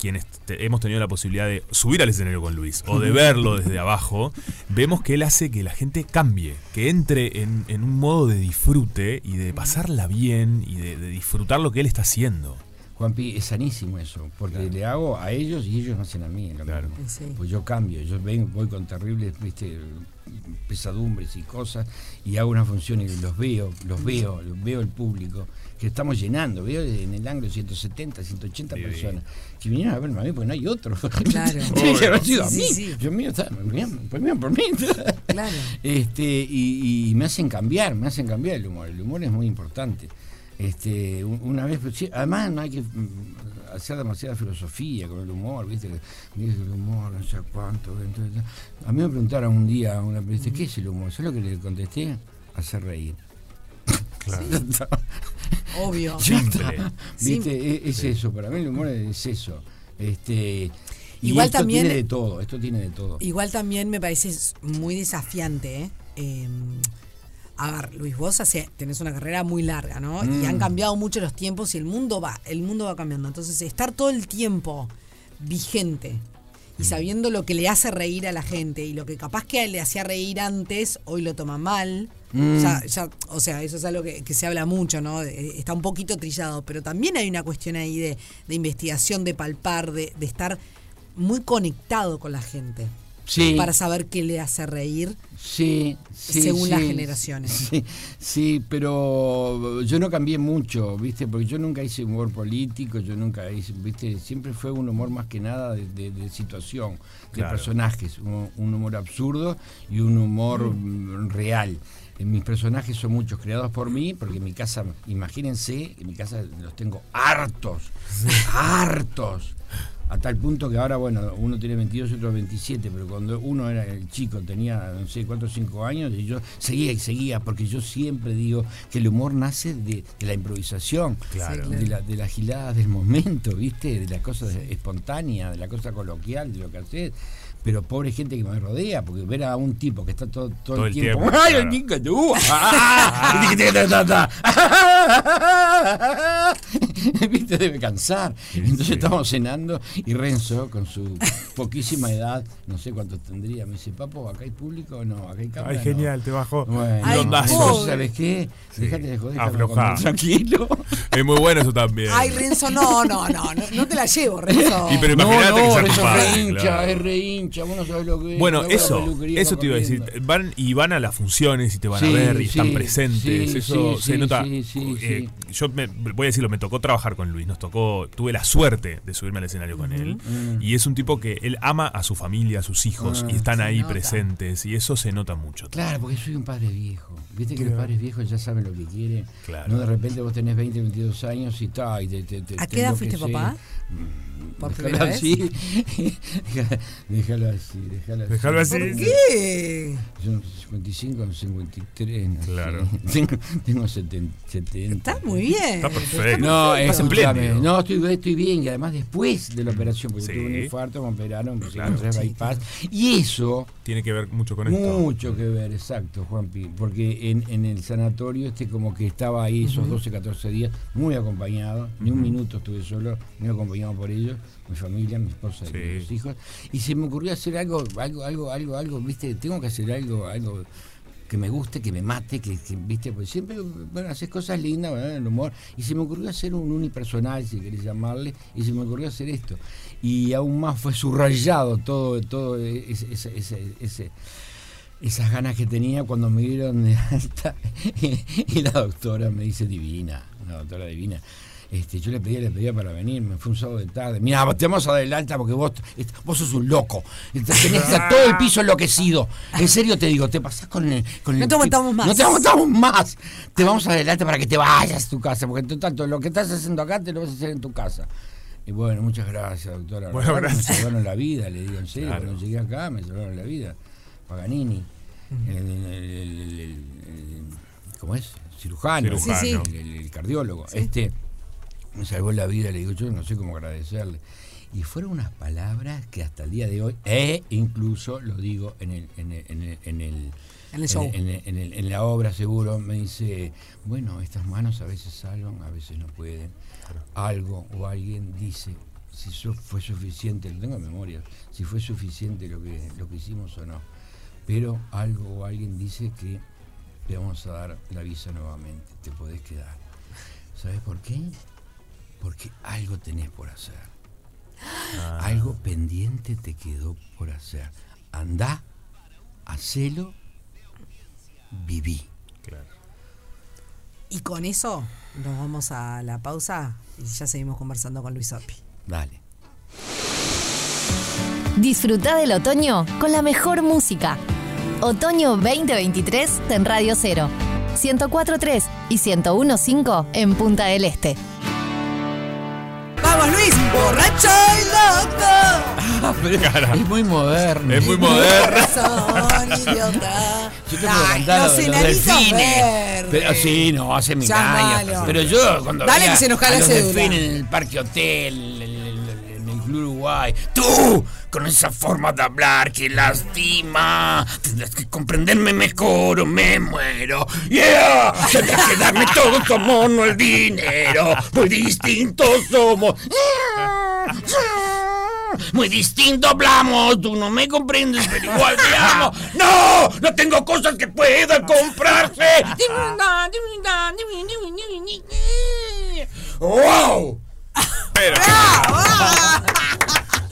quienes te- hemos tenido la posibilidad de subir al escenario con Luis o de verlo desde abajo, vemos que él hace que la gente cambie, que entre en, en un modo de disfrute y de pasarla bien y de, de disfrutar lo que él está haciendo. Juanpi, es sanísimo eso, porque le hago a ellos y ellos me hacen a mí. lo mismo. Sí. Pues yo cambio, yo vengo, voy con terribles viste, pesadumbres y cosas y hago una función y los veo, los veo, los veo el público que estamos llenando, veo en el ángulo 170, 180 personas que vinieron a verme a mí porque no hay otro. Claro. [laughs] Tiene que haber sido a Sí, mí. sí, sí. Yo mío, está, bien, por mí, por mí. Claro. [laughs] Este, y, y me hacen cambiar, me hacen cambiar el humor. El humor es muy importante. Este, un- una vez, pues, sí, además no hay que mm, hacer demasiada filosofía con el humor, ¿viste? Dice el humor, no sé cuánto. entonces, a mí me preguntaron un día, una, ¿viste, ¿qué es el humor? ¿Sabes lo que le contesté? Hacer reír. [laughs] Claro. Obvio. Ya está. Simple. ¿Viste? E, Es, es eso, para mí el humor es eso. Este, y Igual esto también- e tiene de todo, esto tiene de todo. Igual también me parece muy desafiante. ¿eh? Eh, a ver, Luis, vos hace- tenés una carrera muy larga, ¿no? Mm. Y han cambiado mucho los tiempos y el mundo va, el mundo va cambiando. Entonces, estar todo el tiempo vigente Mm. y sabiendo lo que le hace reír a la gente y lo que capaz que le hacía reír antes, hoy lo toma mal. Mm. Ya- ya- o sea, eso es algo que, que se habla mucho, ¿no? Eh, Está un poquito trillado, pero también hay una cuestión ahí de, de investigación, de palpar, de, de estar muy conectado con la gente. Sí. Para saber qué le hace reír. Sí, sí, Según sí, las generaciones. [laughs] Sí, sí, pero yo no cambié mucho, ¿viste? Porque yo nunca hice humor político, yo nunca hice, ¿viste? Siempre fue un humor más que nada de, de- de situación, de Claro. personajes, un, un humor absurdo y un humor mm, real. Eh, Mis personajes son muchos creados por mí, porque en mi casa, imagínense, en mi casa los tengo hartos, hartos. a tal punto que ahora, bueno, uno tiene 22 y otro 27, pero cuando uno era el chico, tenía, no sé, 4 o 5 años, y yo seguía y seguía, porque yo siempre digo que el humor nace de, de la improvisación, Claro. Sí, claro. de, la- de las giladas del momento, ¿viste? De la cosa espontánea, de la cosa coloquial, de lo que haces. Pero pobre gente que me rodea, porque ver a un tipo que está todo, todo, Todo el el tiempo. tiempo, ¡Ay, claro. el niño que- [laughs] uh, ah, ah, ta, ta, ta, ta! [laughs] Viste, debe cansar. Entonces estamos cenando y Renzo, con su poquísima edad, no sé cuántos tendría, me [laughs] dice, Papo, ¿acá hay público? No, acá hay cámara. Ay, no". genial, te bajó. Bueno, Ay, entonces, pobre. ¿sabes qué? Sí, Dejate de joder, estamos aflojá. comiendo [laughs] tranquilo. Es muy bueno eso también. Ay, Renzo, no, no, no, no, no te la llevo, [laughs] Renzo. Y pero No, imagínate que no, sea tu Renzo padre, es re hincha, claro. es re hincha, vos no sabés lo que es. Bueno, Me voy a la eso, peluquería, eso va te iba a decir. corriendo. Van y van a las funciones y te van a Sí, ver y sí, están presentes. sí, eso sí, se sí, nota. sí, sí, Eh, Yo me, voy a decirlo, me tocó trabajar con Luis. Nos tocó, tuve la suerte de subirme al escenario con él. Mm. Y es un tipo que él ama a su familia, a sus hijos Ah, y están se ahí nota. presentes. Y eso se nota mucho. Claro, porque soy un padre viejo. Viste que Claro. los padres viejos ya saben lo que quieren. Claro. No de repente vos tenés 20, 22 años y ta, y te, te, te- ¿A te qué edad fuiste enloquecés. papá? ¿Por Mm, Déjalo primera vez? así. Deja- [laughs] déjalo así, déjalo así. Déjalo así. ¿Por qué? Yo no sé, 55, 53, no sé. Claro. [laughs] Tengo, tengo 70, Está muy bien. Está perfecto. No, es Espléndido. escúchame, No, estoy, estoy bien. Y además después de la operación, porque Mm, Sí. tuve un infarto, me operaron, me Claro. pusieron tres bypass. Y eso Tiene que ver mucho con esto. mucho que ver, exacto, Juanpi. Porque en, en el sanatorio este como que estaba ahí esos Ujú. 12, 14 días muy acompañado. Ni un minuto estuve solo, muy acompañado por ellos, mi familia, mi esposa y mis hijos. Y se me ocurrió hacer algo, algo, algo, algo, algo, viste, tengo que hacer algo, algo que me guste, que me mate, que, que, viste, pues siempre, bueno, haces cosas lindas, bueno, el humor. Y se me ocurrió hacer un unipersonal, si querés llamarle, y se me ocurrió hacer esto. Y aún más fue subrayado todo, todo ese- ese- ese- ese esas ganas que tenía cuando me dieron de alta [laughs] y la doctora me dice divina, la doctora divina. Este, yo le pedía, le pedía para venir, me fue un sábado de tarde. Mira, te vamos a dar el alta porque vos, est- vos sos un loco. Est- Tenés a todo el piso enloquecido. En serio te digo, te pasás con el. con No te el pi- aguantamos más. No te aguantamos más. Te vamos a dar el alta para que te vayas a tu casa, porque tú tanto lo que estás haciendo acá te lo vas a hacer en tu casa. Y bueno, muchas gracias, doctora. Bueno, Me gracias. salvaron la vida, le digo en serio. Claro. Cuando llegué acá, me salvaron la vida. Paganini. el, el- el- el- el- ¿Cómo es? Cirujano. Cirujano. Sí, sí. El, el cardiólogo. Este me salvó la vida, le digo, yo no sé cómo agradecerle. Y fueron unas palabras que hasta el día de hoy, e incluso lo digo en el, en el, en el, en el- En el show. en el- en el- en la obra seguro, me dice, bueno, estas manos a veces salvan, a veces no pueden. Algo o alguien dice, si eso fue suficiente, no tengo memoria, si fue suficiente lo que, lo que hicimos o no. Pero algo o alguien dice que te vamos a dar la visa nuevamente, te podés quedar. ¿Sabes por qué? Porque algo tenés por hacer. Algo pendiente te quedó por hacer. Andá, hacelo, viví. Y con eso nos vamos a la pausa y ya seguimos conversando con Luis Orpi. [laughs] Dale. Disfruta del otoño con la mejor música. Otoño 2023 en Radio 0. 104.3 y 101.5 en Punta del Este. ¡Vamos, Luis! ¡Borracho y loco! Ah, Es muy moderno. Es [laughs] muy moderno. Son idiota. Yo te puedo cantar los lo de los enanitos delfines. verdes. Pero, sí, no, hace mil Llamalo. años. Pero yo cuando Dale veía que se nos jala a los cédula. delfines en el Parque Hotel, en el- en el- en el Club Uruguay, tú, con esa forma de hablar que lastima, tendrás que comprenderme mejor o me muero. ¡Yeah! Tendrás que darme todo tu amor, no el dinero. Muy distintos somos. Muy distinto hablamos, tú no me comprendes, pero igual te amo. ¡No! ¡No tengo cosas que puedan comprarse! ¡Wow! Pero.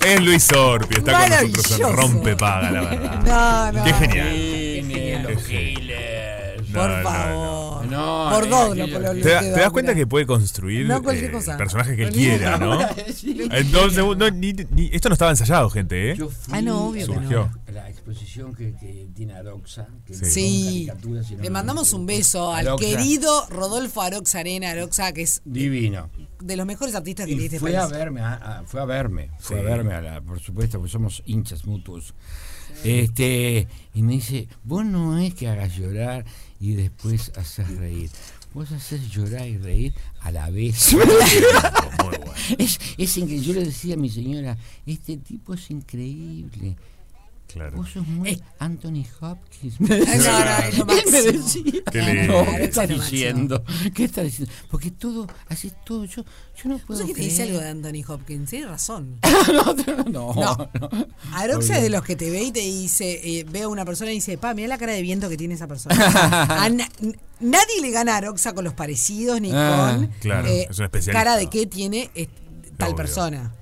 Es Luis Orpi, está con nosotros en Maravilloso. Rompe Paga, la No, [laughs] verdad. no. Qué genial. los giles. Por favor. No, Por eh, dos, no aquello- por lo ¿Te, da- te das cuenta mirá. que puede construir No, cualquier eh, cosa. el personaje que él No, quiera, no, ¿no? sí. [laughs] Entonces, no, ni- ni- esto no estaba ensayado, gente, ¿eh? Ah, no, obvio que Surgió. A La exposición que, que tiene Aroxa. Que Sí. son Sí. caricaturas y no- Le mandamos un beso al Aroxa. querido Rodolfo Arox Arena Aroxa, que es Divino. de los mejores artistas que Y tiene este fue "Pues país. a verme, a- a- fue a verme, fue Sí. a verme, a la- por supuesto, porque somos hinchas mutuos. Este, y me dice, vos no es que hagas llorar y después haces reír. Vos haces llorar y reír a la [laughs] vez. es, es increíble. Yo le decía a mi señora, este tipo es increíble. Claro. Vos sos muy Anthony [laughs] Hopkins. No, no, [laughs] es Y lo me máximo. decía, Qué lindo. "No, ¿qué Claro, es estás lo máximo. diciendo? ¿Qué estás diciendo? Porque todo, haces todo. Yo, yo no No puedo sé qué te dice creer. algo de Anthony Hopkins, tienes razón. No, No. no. Aroxa Obvio. es de los que te ve y te dice, eh, ve a una persona y dice, pa, mira la cara de viento que tiene esa persona. A na- n- nadie le gana a Aroxa con los parecidos ni Ah, con eh, claro, es un especialista. cara de qué tiene eh, tal Obvio. persona.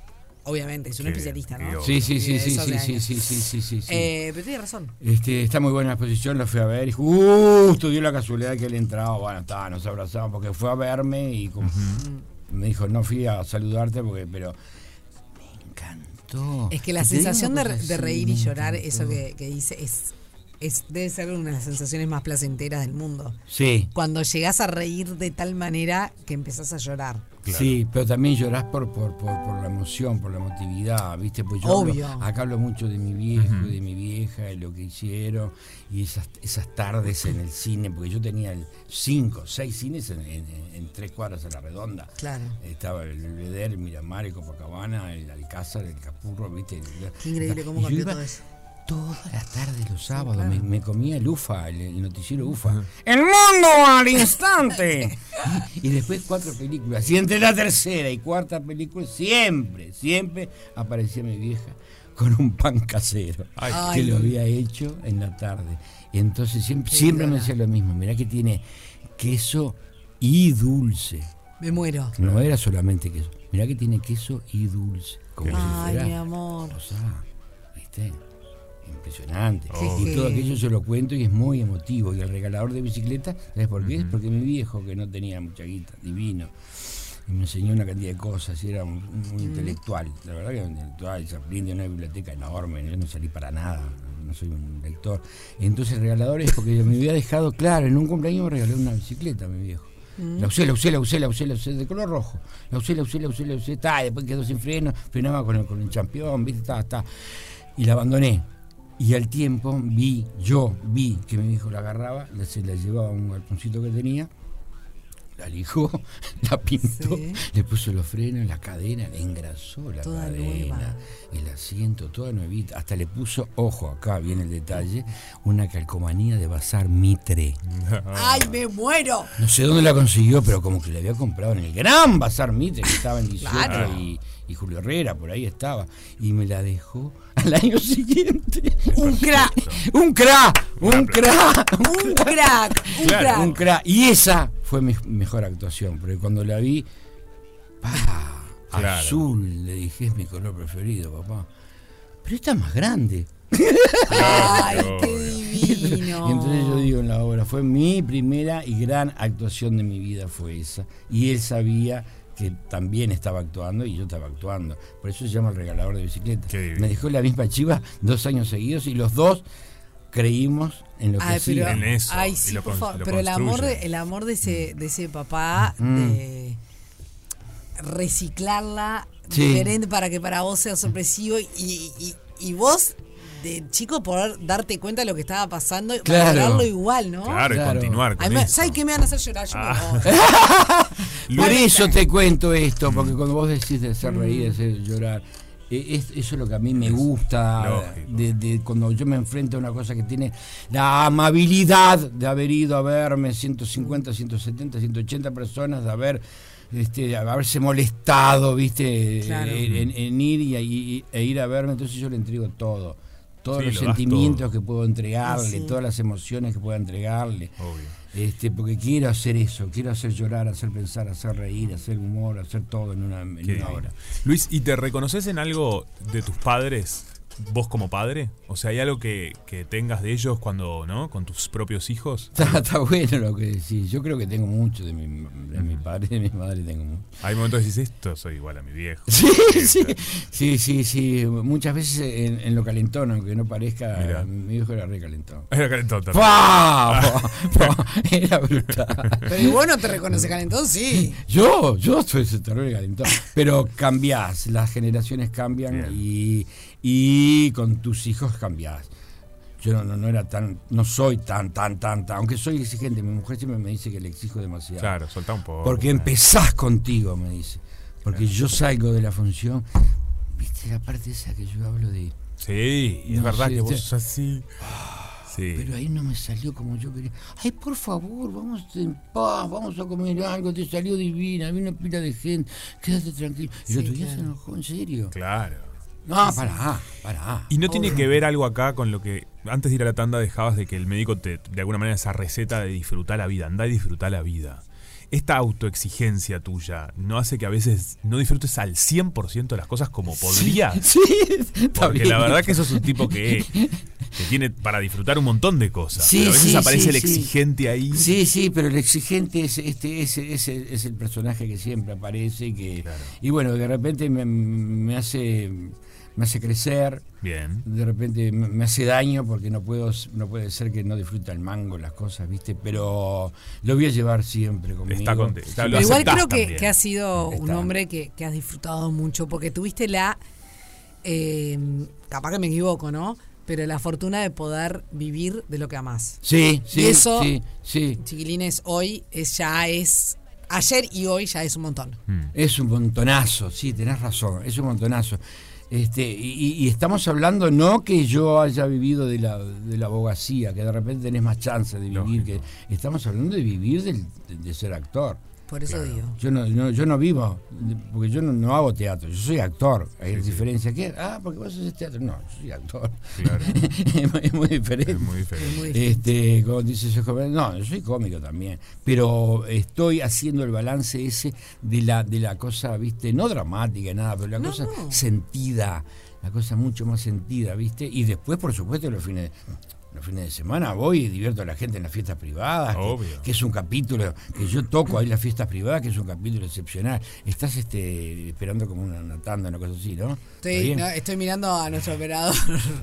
Obviamente, es un Qué especialista, bien, ¿no? qué Sí, sí, sí, Eh, sí, eso sí, de sí, años. sí, sí, sí, sí, sí. Eh, pero tienes razón. Este, está muy buena la exposición, lo fui a ver y justo dio la casualidad que él entraba, bueno, estaba, nos abrazamos porque fue a verme y como- Mm. me dijo, no fui a saludarte porque, pero me encantó. Es que la Y te digo una sensación de, cosa re- de así, reír me y llorar, encantó. eso que, que dice, es, es debe ser una de las sensaciones más placenteras del mundo. Sí, Cuando llegás a reír de tal manera que empezás a llorar. sí, pero también llorás por, por, por, por la emoción, por la emotividad, ¿viste? Pues yo hablo- Obvio. acá hablo mucho de mi viejo, y de mi vieja, de lo que hicieron y esas, esas tardes en el cine, porque yo tenía el cinco, seis cines en, en- en- en tres cuadras a la redonda. Claro. Estaba el Belvedere, el Miramar, el Copacabana, el Alcázar, el Capurro, ¿viste? Qué increíble cómo Y yo cambió iba todo eso. Todas las tardes, los sábados, me, me comía el UFA, el, el noticiero UFA. El mundo al [laughs] instante. Y después cuatro películas. Y entre la tercera y cuarta película, siempre, siempre aparecía mi vieja con un pan casero Ay. que Ay. lo había hecho en la tarde. Y entonces siempre, siempre me decía lo mismo. Mirá que tiene queso y dulce. Me muero. No era solamente queso. Mirá que tiene queso y dulce. Como si Ay, fuera mi amor. cosa, ¿viste? Impresionante. Qué Y todo genio. aquello yo lo cuento y es muy emotivo. Y el regalador de bicicleta, ¿sabes por qué? Porque mi viejo, que no tenía mucha guita, divino, y me enseñó una cantidad de cosas y era un, un Mm. intelectual. La verdad que era un intelectual, se aprende en una biblioteca enorme, yo no salí para nada, no soy un lector. Entonces el regalador es porque me había dejado, claro, en un cumpleaños me regaló una bicicleta mi viejo. Mm. La usé, la usé, la usé, la usé, la usé, de color rojo. La usé, la usé, la usé, la usé, ta, y después quedó sin freno, frenaba con el, con el champión, viste, ta, ta. Y la abandoné. Y al tiempo vi, yo vi que mi hijo la agarraba, la- se la llevaba a un galponcito que tenía, la lijó, [laughs] la pintó, le puso los frenos, la cadena, le engrasó la Toda cadena, nueva. el asiento, toda nuevita. Hasta le puso, ojo, acá viene el detalle, una calcomanía de Bazar Mitre. Ah, ¡Ay, me muero! No sé dónde la consiguió, pero como que la había comprado en el gran Bazar Mitre, que estaba en 18 Claro. y, y Julio Herrera, por ahí estaba. Y me la dejó al año siguiente. ¡Un crack! ¡Un crack! ¡Un crack! ¡Un crack! ¡Un Claro, crack! un crack. Y esa fue mi mejor actuación, porque cuando la vi, ¡pa! Claro. azul, le dije, es mi color preferido, papá. Pero esta es más grande. Ay, qué divino. Y entonces yo digo en la obra, fue mi primera y gran actuación de mi vida fue esa. Y él sabía que también estaba actuando y yo estaba actuando. Por eso se llama el regalador de bicicleta. Me dejó la misma chiva dos años seguidos y los dos creímos en lo que Ay, pero, hacía. ay, sí, por favor. pero el amor, de- el amor de ese, de ese papá, Mm. de reciclarla Sí. diferente para que para vos sea sorpresivo y, y- y vos de chico poder darte cuenta de lo que estaba pasando y Claro. valorarlo igual, ¿no? Claro, y Claro. continuar con A mí me- eso. Ah. ¿Sabes qué me van a hacer llorar? Yo me [laughs] voy. Por eso te cuento esto, porque cuando vos decís de hacer reír, de Mm. hacer llorar, eh, es- eso es lo que a mí me gusta, de, de cuando yo me enfrento a una cosa que tiene la amabilidad de haber ido a verme 150, 170, 180 personas, de haber... Este, haberse molestado, viste, E, Claro. en, en ir y, y- e ir a verme, entonces yo le entrego todo, todos Sí, los lo das sentimientos que puedo entregarle, Ah, sí. todas las emociones que pueda entregarle. Este, porque quiero hacer eso, quiero hacer llorar, hacer pensar, hacer reír, hacer humor, hacer todo en una, en Qué una divino. hora. Luis, ¿y te reconoces en algo de tus padres? vos como padre? O sea, ¿hay algo que, que tengas de ellos cuando, ¿no? Con tus propios hijos. Está, está bueno lo que decís. Yo creo que tengo mucho de mi, de mi padre, de mi madre tengo mucho. Hay momentos que decís, esto soy igual a mi viejo. sí, sí, sí, sí. Muchas veces en, en lo calentón, aunque no parezca, Mirá. mi viejo era re calentón. Era calentón también. ¡Fua! Fua, fua. Era [laughs] brutal. Pero vos no te reconoces calentón, sí. Yo, yo soy ese terror y calentón. Pero cambiás, las generaciones cambian y, y con tus hijos cambiás. Yo no, no, no era tan, no soy tan, tan, tan, tan, aunque soy exigente, mi mujer siempre me dice que le exijo demasiado. Claro, soltá un poco. eh. Porque empezás contigo, me dice. Porque yo salgo de la función, viste la parte esa que yo hablo de... Sí, y es No verdad sé, que vos te- sos así. Sí. Pero ahí no me salió como yo quería. Ay, por favor, vamos en paz, vamos a comer algo, te salió divina, había una pila de gente, quédate tranquilo. Y el otro día se enojó, en serio. Claro. No, pará, pará. Ah, ¿Y no tiene que ver algo acá con lo que antes de ir a la tanda dejabas de que el médico te, de alguna manera, esa receta de disfrutar la vida, andá y disfrutar la vida? Esta autoexigencia tuya no hace que a veces no disfrutes al 100% las cosas como podrías. [laughs] Sí, está Porque bien. la verdad que sos un tipo que, que tiene para disfrutar un montón de cosas. Sí, pero a veces sí, aparece sí, el sí. exigente ahí. Sí, sí, pero el exigente es este es, es, es el personaje que siempre aparece y que y bueno, de repente me, me hace me hace crecer. Bien. De repente me me hace daño porque no puedo no puede ser que no disfruta el mango las cosas, ¿viste? Pero lo voy a llevar siempre conmigo. Está contento, está- Pero lo igual aceptás creo que, también. que has sido un hombre que, que has disfrutado mucho, porque tuviste la, eh, capaz que me equivoco, ¿no? Pero la fortuna de poder vivir de lo que amás. Sí, sí, Y eso, sí, sí. chiquilines, hoy es- ya es, ayer y hoy ya es un montón. Es un montonazo, sí, tenés razón, es un montonazo. Este, y, y- y estamos hablando no que yo haya vivido de la, de la abogacía, que de repente tenés más chance de vivir, que estamos hablando de vivir del- de, de ser actor. Por eso digo. Yo no, no- yo no vivo, de- porque yo no, no hago teatro, yo soy actor. Hay diferencia. ¿Qué? Ah, porque vos haces teatro. No, yo soy actor. Claro. [laughs] es, muy- es muy diferente. muy diferente. Es muy diferente. Este, como dice Sergio Fernández, no, yo soy cómico también. Pero estoy haciendo el balance ese de la, de la cosa, viste, no dramática, nada, pero la cosa sentida. La cosa mucho más sentida, ¿viste? Y después, por supuesto, los fines, los fines de semana voy y divierto a la gente en las fiestas privadas, que- Que, es un capítulo que yo toco ahí las fiestas privadas, que es un capítulo excepcional. Estás este, esperando como una, una tanda, una cosa así, ¿no? ¿Está Estoy, bien? no, estoy mirando a nuestro [laughs] operador.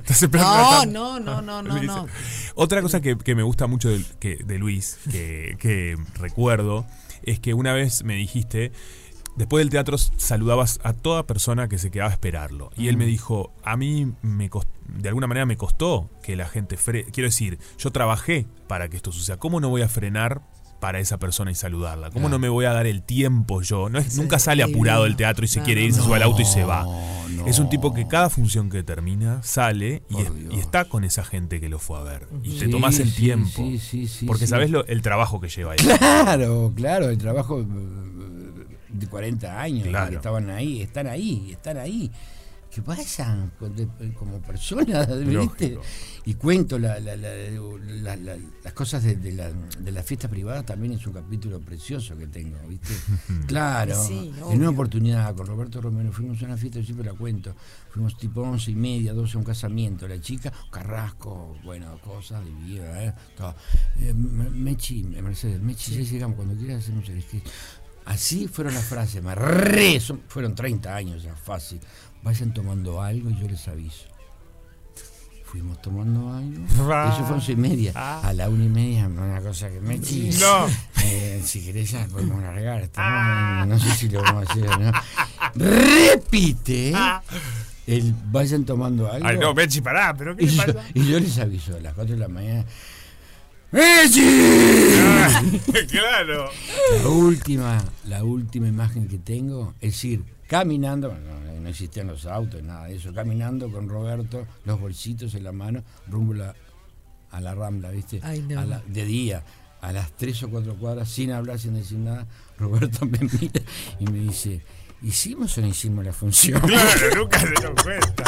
esperando no, la no, no, no, no, Ah, [laughs] Le no. dice. Otra cosa que, que me gusta mucho de, que- de Luis, que, que recuerdo, es que una vez me dijiste, después del teatro saludabas a toda persona que se quedaba a esperarlo. Y él me dijo, a mí me cos- de alguna manera me costó que la gente... fre- Quiero decir, yo trabajé para que esto suceda. ¿Cómo no voy a frenar? para esa persona y saludarla. ¿Cómo Claro. no me voy a dar el tiempo yo? No es, nunca sale divino. apurado del teatro y se No, quiere ir, se no, sube al auto y no. se va. Es un tipo que cada función que termina sale y, es- y está con esa gente que lo fue a ver. Y te Sí, tomás el sí, tiempo. sí, sí, sí, porque sí. sabes lo, el trabajo que lleva ahí. Claro, claro, el trabajo eh, de 40 años Claro. que estaban ahí, están ahí, están ahí. Que vayan con- de- como personas, [laughs] ¿viste? Lógico. Y cuento la- la- la- la- la- las cosas de, de la, de la fiesta privada, también es un capítulo precioso que tengo, [laughs] ¿viste? Claro, Sí, en obvio. una oportunidad con Roberto Romero fuimos a una fiesta, yo siempre la cuento, fuimos tipo once y media, 12 a un casamiento, la chica, Carrasco, bueno, cosas de vida, ¿eh? Todo. Eh, Me- Mechi, Mercedes, Mechi, ya llegamos, cuando quieras hacemos el sketch. Así fueron las frases, me re, son- fueron 30 años ya, fácil. Vayan tomando algo y yo les aviso. Fuimos tomando algo. Eso fue once y media. A la una y media, una cosa que me No. Eh, si querés ya podemos largar. Estamos, No sé si lo vamos a hacer o no. Repite. El, vayan tomando algo. Ay, no, Mechi, pará, pero ¿qué y, [laughs] le yo, pasa? [laughs] y yo les aviso a las 4 de la mañana. ¡Eh, ¡Mechi! claro. La última, la última imagen que tengo es ir caminando, no, no existían los autos, nada de eso, caminando con Roberto, los bolsitos en la mano, rumbo a la- a la rambla, ¿viste? Ay, no. A la- de día, a las tres o cuatro cuadras, sin hablar, sin decir nada, Roberto [laughs] me mira y me dice, ¿hicimos o no hicimos la función? Claro, nunca se lo cuenta.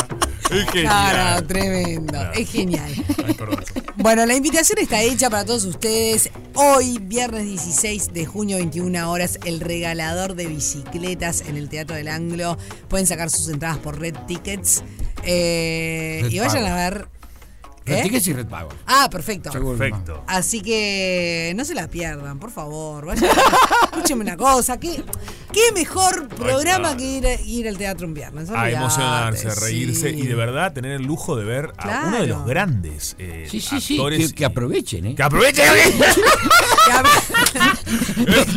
Es No, genial. no, tremendo. Es genial. Ay, perdón. Bueno, la invitación está hecha para todos ustedes. Hoy, viernes 16 de junio, 21 horas, el regalador de bicicletas en el Teatro del Anglo. Pueden sacar sus entradas por Red Tickets. Eh, Red y vayan Pago. a ver. ¿Eh? Practiques y red pago. Ah, perfecto. Seguro. Perfecto. Así que no se la pierdan, por favor. Vayan, escúchenme una cosa. ¿Qué, qué mejor programa está. que ir, ir al teatro un viernes? A olvidate. emocionarse, a reírse y de verdad tener el lujo de ver a uno de los Claro. grandes eh, Sí, sí, sí, actores. que- aprovechen, ¿eh? ¡Que [laughs] aprovechen!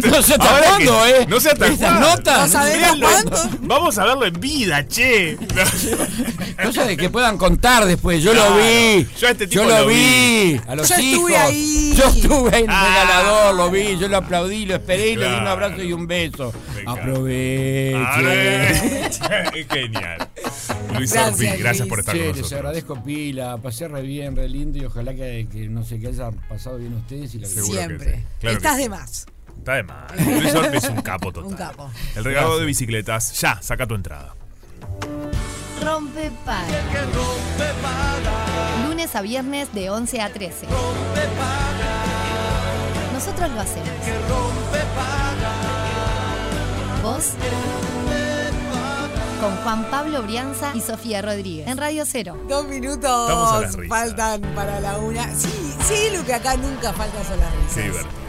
no se está Ahora que- hablando, ¿eh? No se está Estas jugando. notas. No sabemos Mírenlo. Vamos a verlo en vida, [laughs] che. Cosas de que puedan contar después. Yo Claro. lo vi. Yo a este tipo lo lo vi. vi. A los Yo estuve hijos. ahí. Yo estuve ahí en el Ah. regalador, lo vi. Yo lo aplaudí, lo esperé y le di un Claro. abrazo y un beso. Ahora- [laughs] Aproveche. Genial. Luis Orpi, gracias por estar Che, con Les nosotros. agradezco pila, pasé re bien, re lindo y ojalá que, que, no sé, que hayan pasado bien ustedes y la Seguro que Siempre. sí. Claro que Estás sí. de más. Está de [laughs] más. Luis Orpi es un capo total. Un capo. El regalo de bicicletas, ya, saca tu entrada. Rompe paga. Lunes a viernes de 11 a 13. Nosotros lo hacemos. Vos con Juan Pablo Brianza y Sofía Rodríguez en Radio Cero. Dos minutos Estamos a las risas. faltan para la una. Sí, sí, lo que acá nunca falta son las risas. Qué divertido.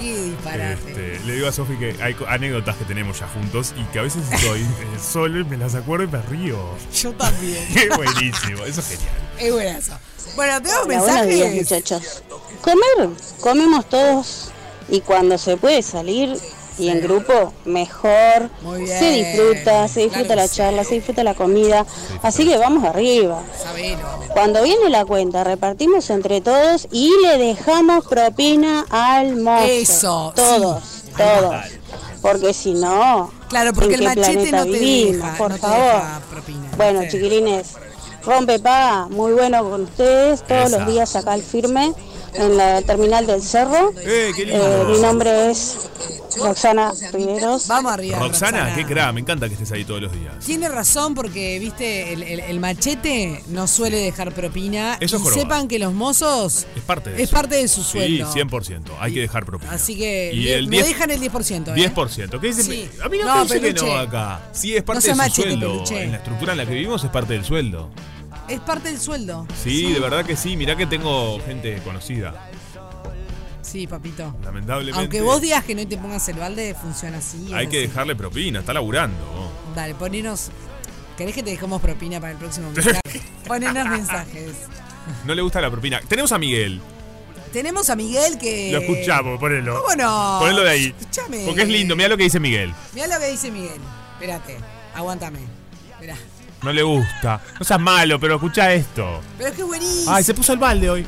Qué disparate. Este, le digo a Sofi que hay co- anécdotas que tenemos ya juntos y que a veces [laughs] estoy eh, solo y me las acuerdo y me río. Yo también. [laughs] Qué buenísimo, eso es genial. Es buenazo. Bueno, tengo Hola, buenos días, mensajes. muchachos. Comer, comemos todos y cuando se puede salir y en grupo, mejor. Muy bien. Se disfruta, se disfruta Claro la que charla, se disfruta la comida. Así que vamos arriba. Sabelo. Cuando viene la cuenta, repartimos entre todos y le dejamos propina al mozo. Eso, Todos, sí. todos. Porque si no. Claro, porque ¿en el qué machete planeta Este no te vivimos? deja, Por no te favor. deja propina. Bueno, Sí. chiquilines, rompe paga, muy bueno con ustedes, todos Esa. los días acá al firme, en la terminal del cerro. Eh, qué lindo. mi nombre es Roxana Riveros. Vamos arriba. Roxana, qué cra, me encanta que estés ahí todos los días. Tiene razón porque, viste, el, el- el machete no suele dejar propina. Eso es y jorobado. sepan que los mozos Es parte de es eso. parte de su Sí, sueldo. 100%, hay que dejar propina. Así que Y die- el no 10 dejan el 10%. ¿eh? 10%. ¿Qué dice? Sí. A mí no, No, me dice que no peluche. acá. Sí, es parte No seas de su machete, sueldo. peluche. En la estructura en la que vivimos es parte del sueldo. Es parte del sueldo. Sí, de verdad que sí. Mirá que tengo gente conocida. Sí, papito. Lamentablemente. Aunque vos digas que no te pongas el balde, funciona así. es Hay que así. dejarle propina, está laburando. Dale, ponenos. ¿Querés que te dejemos propina para [laughs] el próximo mensaje? ponenos mensajes. No le gusta la propina. Tenemos a Miguel. Tenemos a Miguel que. Lo escuchamos, ponelo. Eh, ¿Cómo no? Ponelo de ahí. Escuchame. Porque es lindo, mira lo que dice Miguel. Mirá lo que dice Miguel. Espérate, aguántame. Esperá. No le gusta. No seas malo, pero escucha esto. Pero es que es buenísimo. Ay, se puso el balde hoy.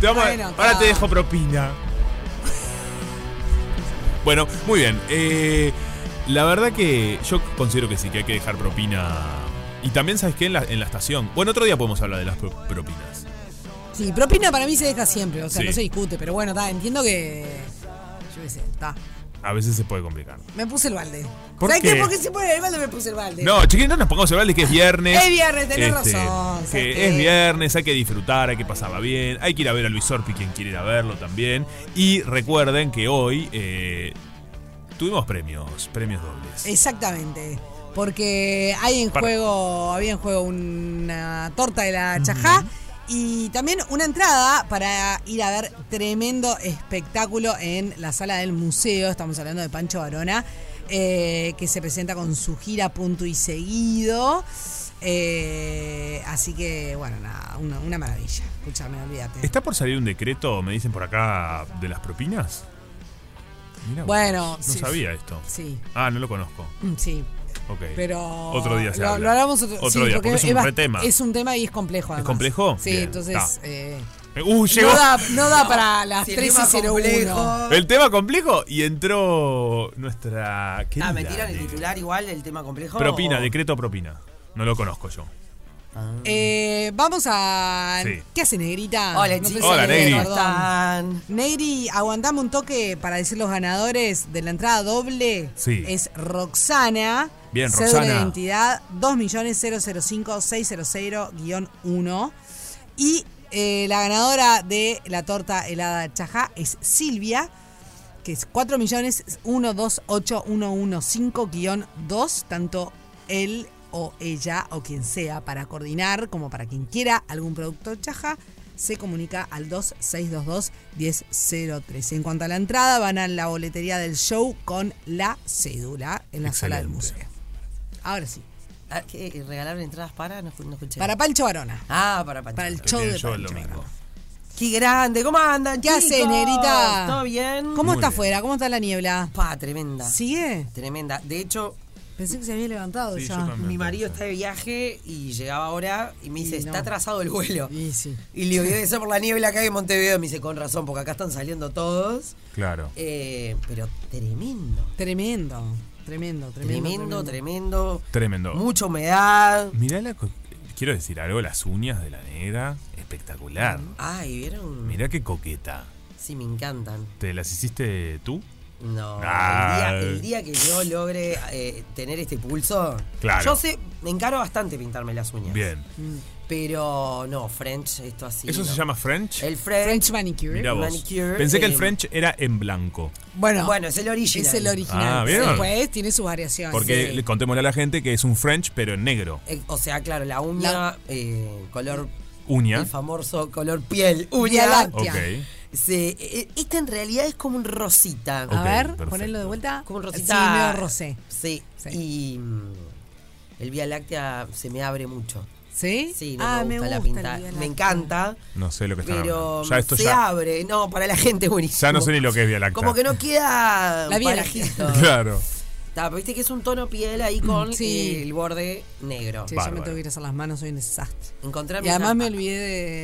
Te vamos a- Bueno, ahora pa. te dejo propina. Bueno, muy bien. Eh, la verdad que yo considero que sí, que hay que dejar propina. Y también, ¿sabes qué? En la, en la estación. Bueno, otro día podemos hablar de las pro- propinas. Sí, propina para mí se deja siempre, o sea, Sí. no se discute, pero bueno, ta, entiendo que. Yo qué sé, está. A veces se puede complicar. Me puse el balde. ¿Por ¿Sabés qué? qué? Porque si pone el balde me puse el balde. No, chiquitos, no nos pongamos a hablar de que es viernes. Este, Este, Es viernes, tenés razón, este. que ¿sabes qué? es viernes, hay que disfrutar, hay que pasarla bien. Hay que ir a ver a Luis Orpi, quien quiere ir a verlo también. Y recuerden que hoy eh, tuvimos premios, premios dobles. Exactamente. Porque hay en Para- juego, había en juego una torta de la chajá y también una entrada para ir a ver tremendo espectáculo en la sala del museo. Estamos hablando de Pancho Barona, eh, que se presenta con su gira punto y seguido. Eh, así que, bueno, nada, una, una maravilla. Escúchame, olvídate. ¿Está por salir un decreto, me dicen por acá, de las propinas? Mirá vos, Bueno, no sí. sabía esto. Sí. Ah, no lo conozco. Mm, Sí. Ok. Pero otro día se lo, habla. lo hablamos otro, sí, día, porque es un bast- re tema. Es un tema y es complejo. además. complejo? Sí, Bien, entonces. está. eh, Uh, llegó. No da, no da para las si el 3 tema y 01. complejo. El tema complejo y entró nuestra querida Ah, me tiran el de- titular igual, el tema complejo. propina, o- decreto propina. No lo conozco yo. Eh, vamos a. Sí. ¿Qué hace Negrita? Hola, sé chicos. si Hola, le- Negri. perdón. Negri, aguantame un toque para decir los ganadores de la entrada doble. Sí. Es Roxana. Bien, cédula de Roxana. identidad 2.005.600-1. Y eh, la ganadora de la torta helada chajá es Silvia, que es 4.128115-2, tanto el o ella o quien sea para coordinar, como para quien quiera algún producto chaja, se comunica al 2622-1003. En cuanto a la entrada, van a la boletería del show con la cédula en la sala del museo. Ahora Oh. sí. Ah, ¿qué? ¿Regalaron entradas para? No, escu- no escuché. Para Pancho Varona. Ah, para Pancho. Para el show de Pancho. domingo. Qué grande, ¿cómo andan? ¿Qué hace, chicos? negrita? ¿Todo bien? ¿Cómo está afuera? ¿Cómo está la niebla? Pa, tremenda. ¿Sigue? Tremenda. De hecho, Pensé que se había levantado Sí, ya. yo también Mi marido está de viaje y llegaba ahora y me dice, Y no. está atrasado el vuelo. Y sí. Y le digo, debe ser por la niebla que hay en Montevideo. Me dice, con razón, porque acá están saliendo todos. Claro. Eh, pero tremendo. Tremendo, tremendo, tremendo. Tremendo, tremendo. Tremendo. Mucha humedad. Mirá la. co- Quiero decir algo, las uñas de la negra, espectacular. Ay, ¿vieron? Mirá qué coqueta. Sí, me encantan. ¿Te las hiciste tú? No. Ah. El, día, el día que yo logre eh, tener este pulso, Claro. yo sé, me encaro bastante pintarme las uñas. Bien. Mm. Pero no, French, esto así. ¿Eso no. se llama French? El French. French manicure. Mirá vos. Manicure, Pensé que el eh, French era en blanco. Bueno, Bueno, es el original. Es el original. Ah, ¿vieron? Después tiene sus Ah, variaciones. Porque le contémosle a la gente que es un French, pero en negro. Eh, o sea, claro, la uña, eh, color. Uña. El famoso color piel. Uña Uña láctea. Ok. Se- eh, esta en realidad es como un rosita. A ver, ponelo de vuelta. Como un Sí, rosita. medio rosé. Sí. Y mm, el Vía Láctea se me abre mucho. ¿Sí? Sí, no Ah, me me gusta la gusta el pinta. Vía Me encanta, No sé lo que están pero hablando. Ya esto se ya. abre. No, para la gente es buenísimo. Ya no sé ni lo que es Vía Láctea. Como que no queda... La Vía parecido. [laughs] Claro. Está, pero viste que es un tono piel ahí con Sí. eh, el borde negro. Che, yo me tengo que ir a hacer las manos, soy un desastre. Encontrame y además una- me olvidé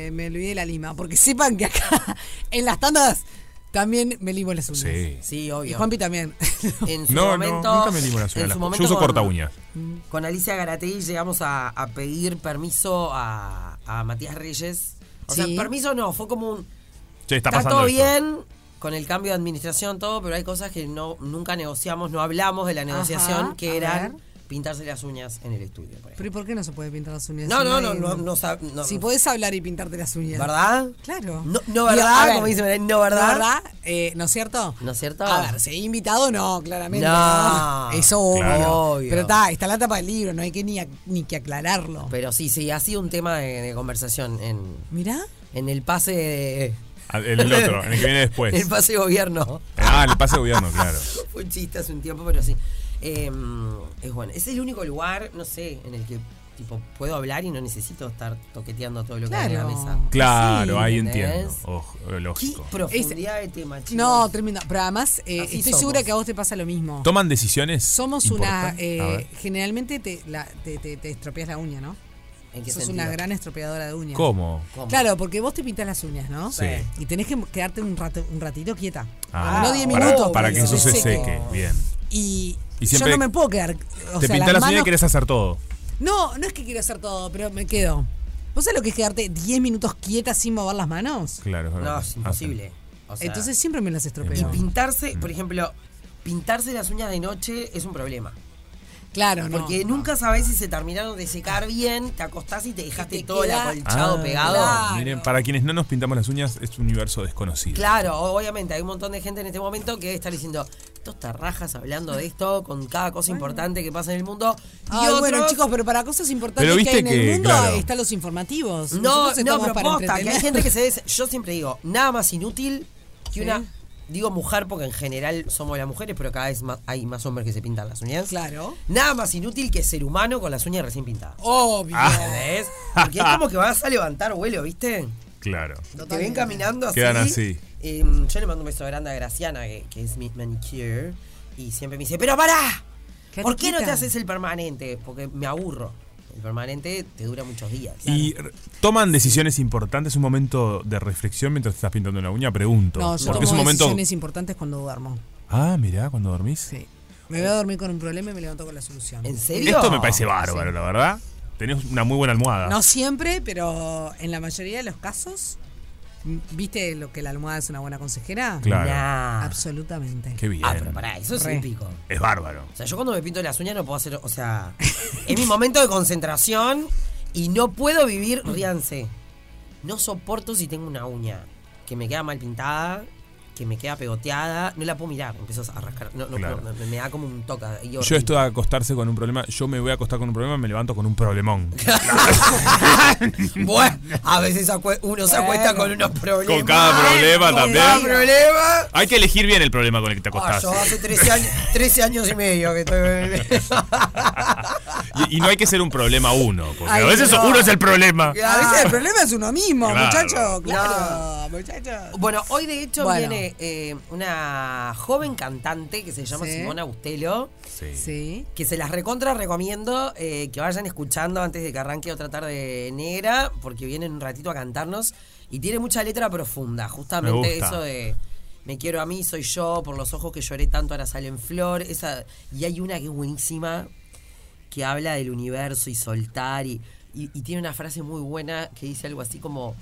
de, me olvidé de la lima, porque sepan que acá [laughs] en las tandas también me limo las uñas. Sí. Sí, obvio. Y Juanpi también. [laughs] En su No, momento- no, nunca me limo las uñas. en su las- momento Yo uso con- corta uñas. Con Alicia Garatey llegamos a, a pedir permiso a, a Matías Reyes. O sea, Sí. permiso no, fue como un... Che, está Está, pasando todo esto. bien con el cambio de administración, todo, pero hay cosas que no nunca negociamos, no hablamos de la negociación, Ajá, a que eran pintarse las uñas en el estudio. por ejemplo. [laughs] Pero ¿y por qué no se puede pintar las uñas? No, Si no, hay- no, no, no sab- no. Si podés hablar y pintarte las uñas. ¿Verdad? Claro. No, no, Y, ¿verdad? a ver, Como dice Belén, no, ¿verdad? ¿No, verdad? Eh, ¿No es cierto? ¿No es cierto? A ver, ¿se invitado? No, claramente. No. Eso obvio. Claro. Obvio. Pero está, está la tapa del libro, no hay que ni, ac- ni que aclararlo. Pero sí, sí, ha sido un tema de, de conversación en, Mirá. en el pase de... Ah, El el otro, en el que viene después. el pase de gobierno. Ah, el pase de gobierno, claro. [laughs] Fue un chiste hace un tiempo, pero sí. Eh, es bueno. Es el único lugar, no sé, en el que tipo puedo hablar y no necesito estar toqueteando todo lo que hay en la Claro. mesa. Claro, ahí ¿entendés? entiendo. Ojo, eh, lógico. Profundidad de tema, chicos. No, tremendo. Pero además, eh, Así estoy somos. segura que a vos te pasa lo mismo. ¿Toman decisiones? Somos una. importantes? A eh, ver. generalmente te, la- te, te- te estropeas la uña, ¿no? ¿En qué Sos sentido? una gran estropeadora de uñas. ¿Cómo? ¿Cómo? Claro, porque vos te pintas las uñas, ¿no? Sí. Y tenés que quedarte un, rato, un ratito quieta. Ah, no 10 para- minutos. Para que porque eso se seque. seque. Bien. Y, Y siempre yo no me puedo quedar. O Te sea, pintas las uñas manos- y querés hacer todo. No, no es que quiero hacer todo, pero me quedo. ¿Vos sabés lo que es quedarte 10 minutos quieta sin mover las manos? Claro, es No, verdad. Ah, es imposible. O sea, Entonces siempre me las y estropeo. pintarse, por ejemplo, pintarse las uñas de noche es un problema. Claro, no. Porque nunca sabés si se terminaron de secar bien, te acostás y te dejaste te todo el queda- acolchado Ah, pegado. Miren, para quienes no nos pintamos las uñas, es un universo desconocido. Claro, obviamente hay un montón de gente en este momento que debe estar diciendo estos tarrajas hablando de esto con cada cosa importante que pasa en el mundo. Y Ay, otros, bueno, chicos, pero para cosas importantes Pero que hay viste en el que, mundo claro. están los informativos. no, Nosotros no, estamos pero para posta, que hay entretener. gente que se des... [laughs] Yo siempre digo, nada más inútil que una. Digo mujer porque en general somos las mujeres, pero cada vez más, hay más hombres que se pintan las uñas. Claro. Nada más inútil que ser humano con las uñas recién pintadas. Obvio. ¿Entendés? Porque es como que vas a levantar vuelo, ¿viste? Claro. Te ven caminando así. Quedan así. Eh, yo le mando un beso grande a Graciana, que, que es mi manicure, y siempre me dice, pero pará, ¿por qué no te chiquita. haces el permanente? Porque me aburro. El permanente te dura muchos días. Ah. Y r- toman decisiones importantes, un momento de reflexión mientras te estás pintando la uña, pregunto. No, yo porque es tomo un momento. decisiones importantes cuando duermo. Ah, mirá, cuando dormís. Me voy a dormir con un problema y me levanto con la solución. ¿En serio? Esto me parece bárbaro, la verdad. Tenés una muy buena almohada. No siempre, pero en la mayoría de los casos, m- ¿viste lo que la almohada es una buena consejera? Ah, Claro. Nah. Absolutamente. Qué bien. Ah, pero pará, eso es Re. épico. Es bárbaro. O sea, yo cuando me pinto las uñas no puedo hacer, o sea, es mi momento de concentración y no puedo vivir, ríanse. No soporto si tengo una uña que me queda mal pintada que me queda pegoteada, no la puedo mirar, empiezo a rascar. No, no, Claro. no, no, me da como un toca. y Yo esto de acostarse con un problema, yo me voy a acostar con un problema, me levanto con un [laughs] problemón. [laughs] Bueno, a veces acue- uno se acuesta con unos problemas. Con cada problema Con también. cada problema. Hay que elegir bien el problema con el que te Ah, acostás. yo hace 13 años, 13 años y medio [laughs] que estoy. Y, y no hay que ser un problema uno, porque Ay, a veces no. uno es el problema. A veces el problema es uno mismo, Claro. muchacho. Claro. Bueno, hoy de hecho Bueno. viene eh, una joven cantante que se llama Sí. Simona Bustelo. Sí. Que se las recontra recomiendo eh, que vayan escuchando antes de que arranque otra tarde negra, porque vienen un ratito a cantarnos y tiene mucha letra profunda. Justamente Me gusta. eso de me quiero a mí, soy yo, por los ojos que lloré tanto ahora salen flor. Esa, y hay una que es buenísima, que habla del universo y soltar. Y, y- y tiene una frase muy buena que dice algo así como.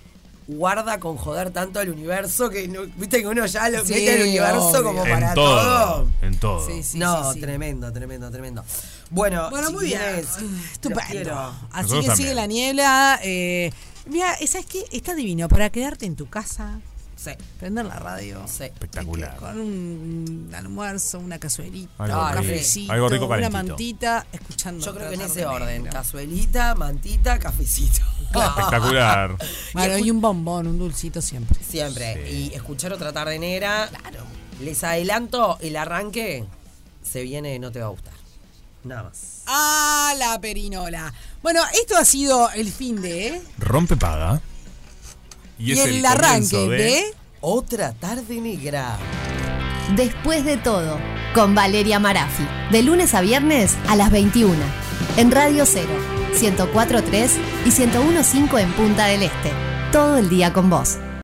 Guarda con joder tanto al universo que no- viste que uno ya lo Sí, mete al universo obvio. como En para todo, todo. en todo. Sí, sí, no, sí, sí. tremendo, tremendo, tremendo. Bueno, Bueno, muy bien. Estupendo. Así Nosotros que también. sigue la niebla. Eh, mira, ¿sabes qué? Está divino para quedarte en tu casa. Sí. Prender la radio. este, Espectacular. Con un almuerzo, una cazuelita, Algo un rico. cafecito, Algo rico una calentito. mantita, escuchando. Yo creo que en Tratar ese de orden, negro. cazuelita, mantita, [laughs] cafecito. Espectacular. Bueno, y un bombón, un dulcito siempre. [laughs] Siempre. Y escuchar otra tarde negra. Claro. Les adelanto, el arranque se viene, no te va a gustar. Nada más. A la perinola. Bueno, esto ha sido el fin de. ¿eh? Rompe paga. Y el arranque comienzo Otra tarde negra. Después de todo, con Valeria Marafi, de lunes a viernes a las 21, en Radio 0, 104.3 y 101.5 en Punta del Este. Todo el día con vos.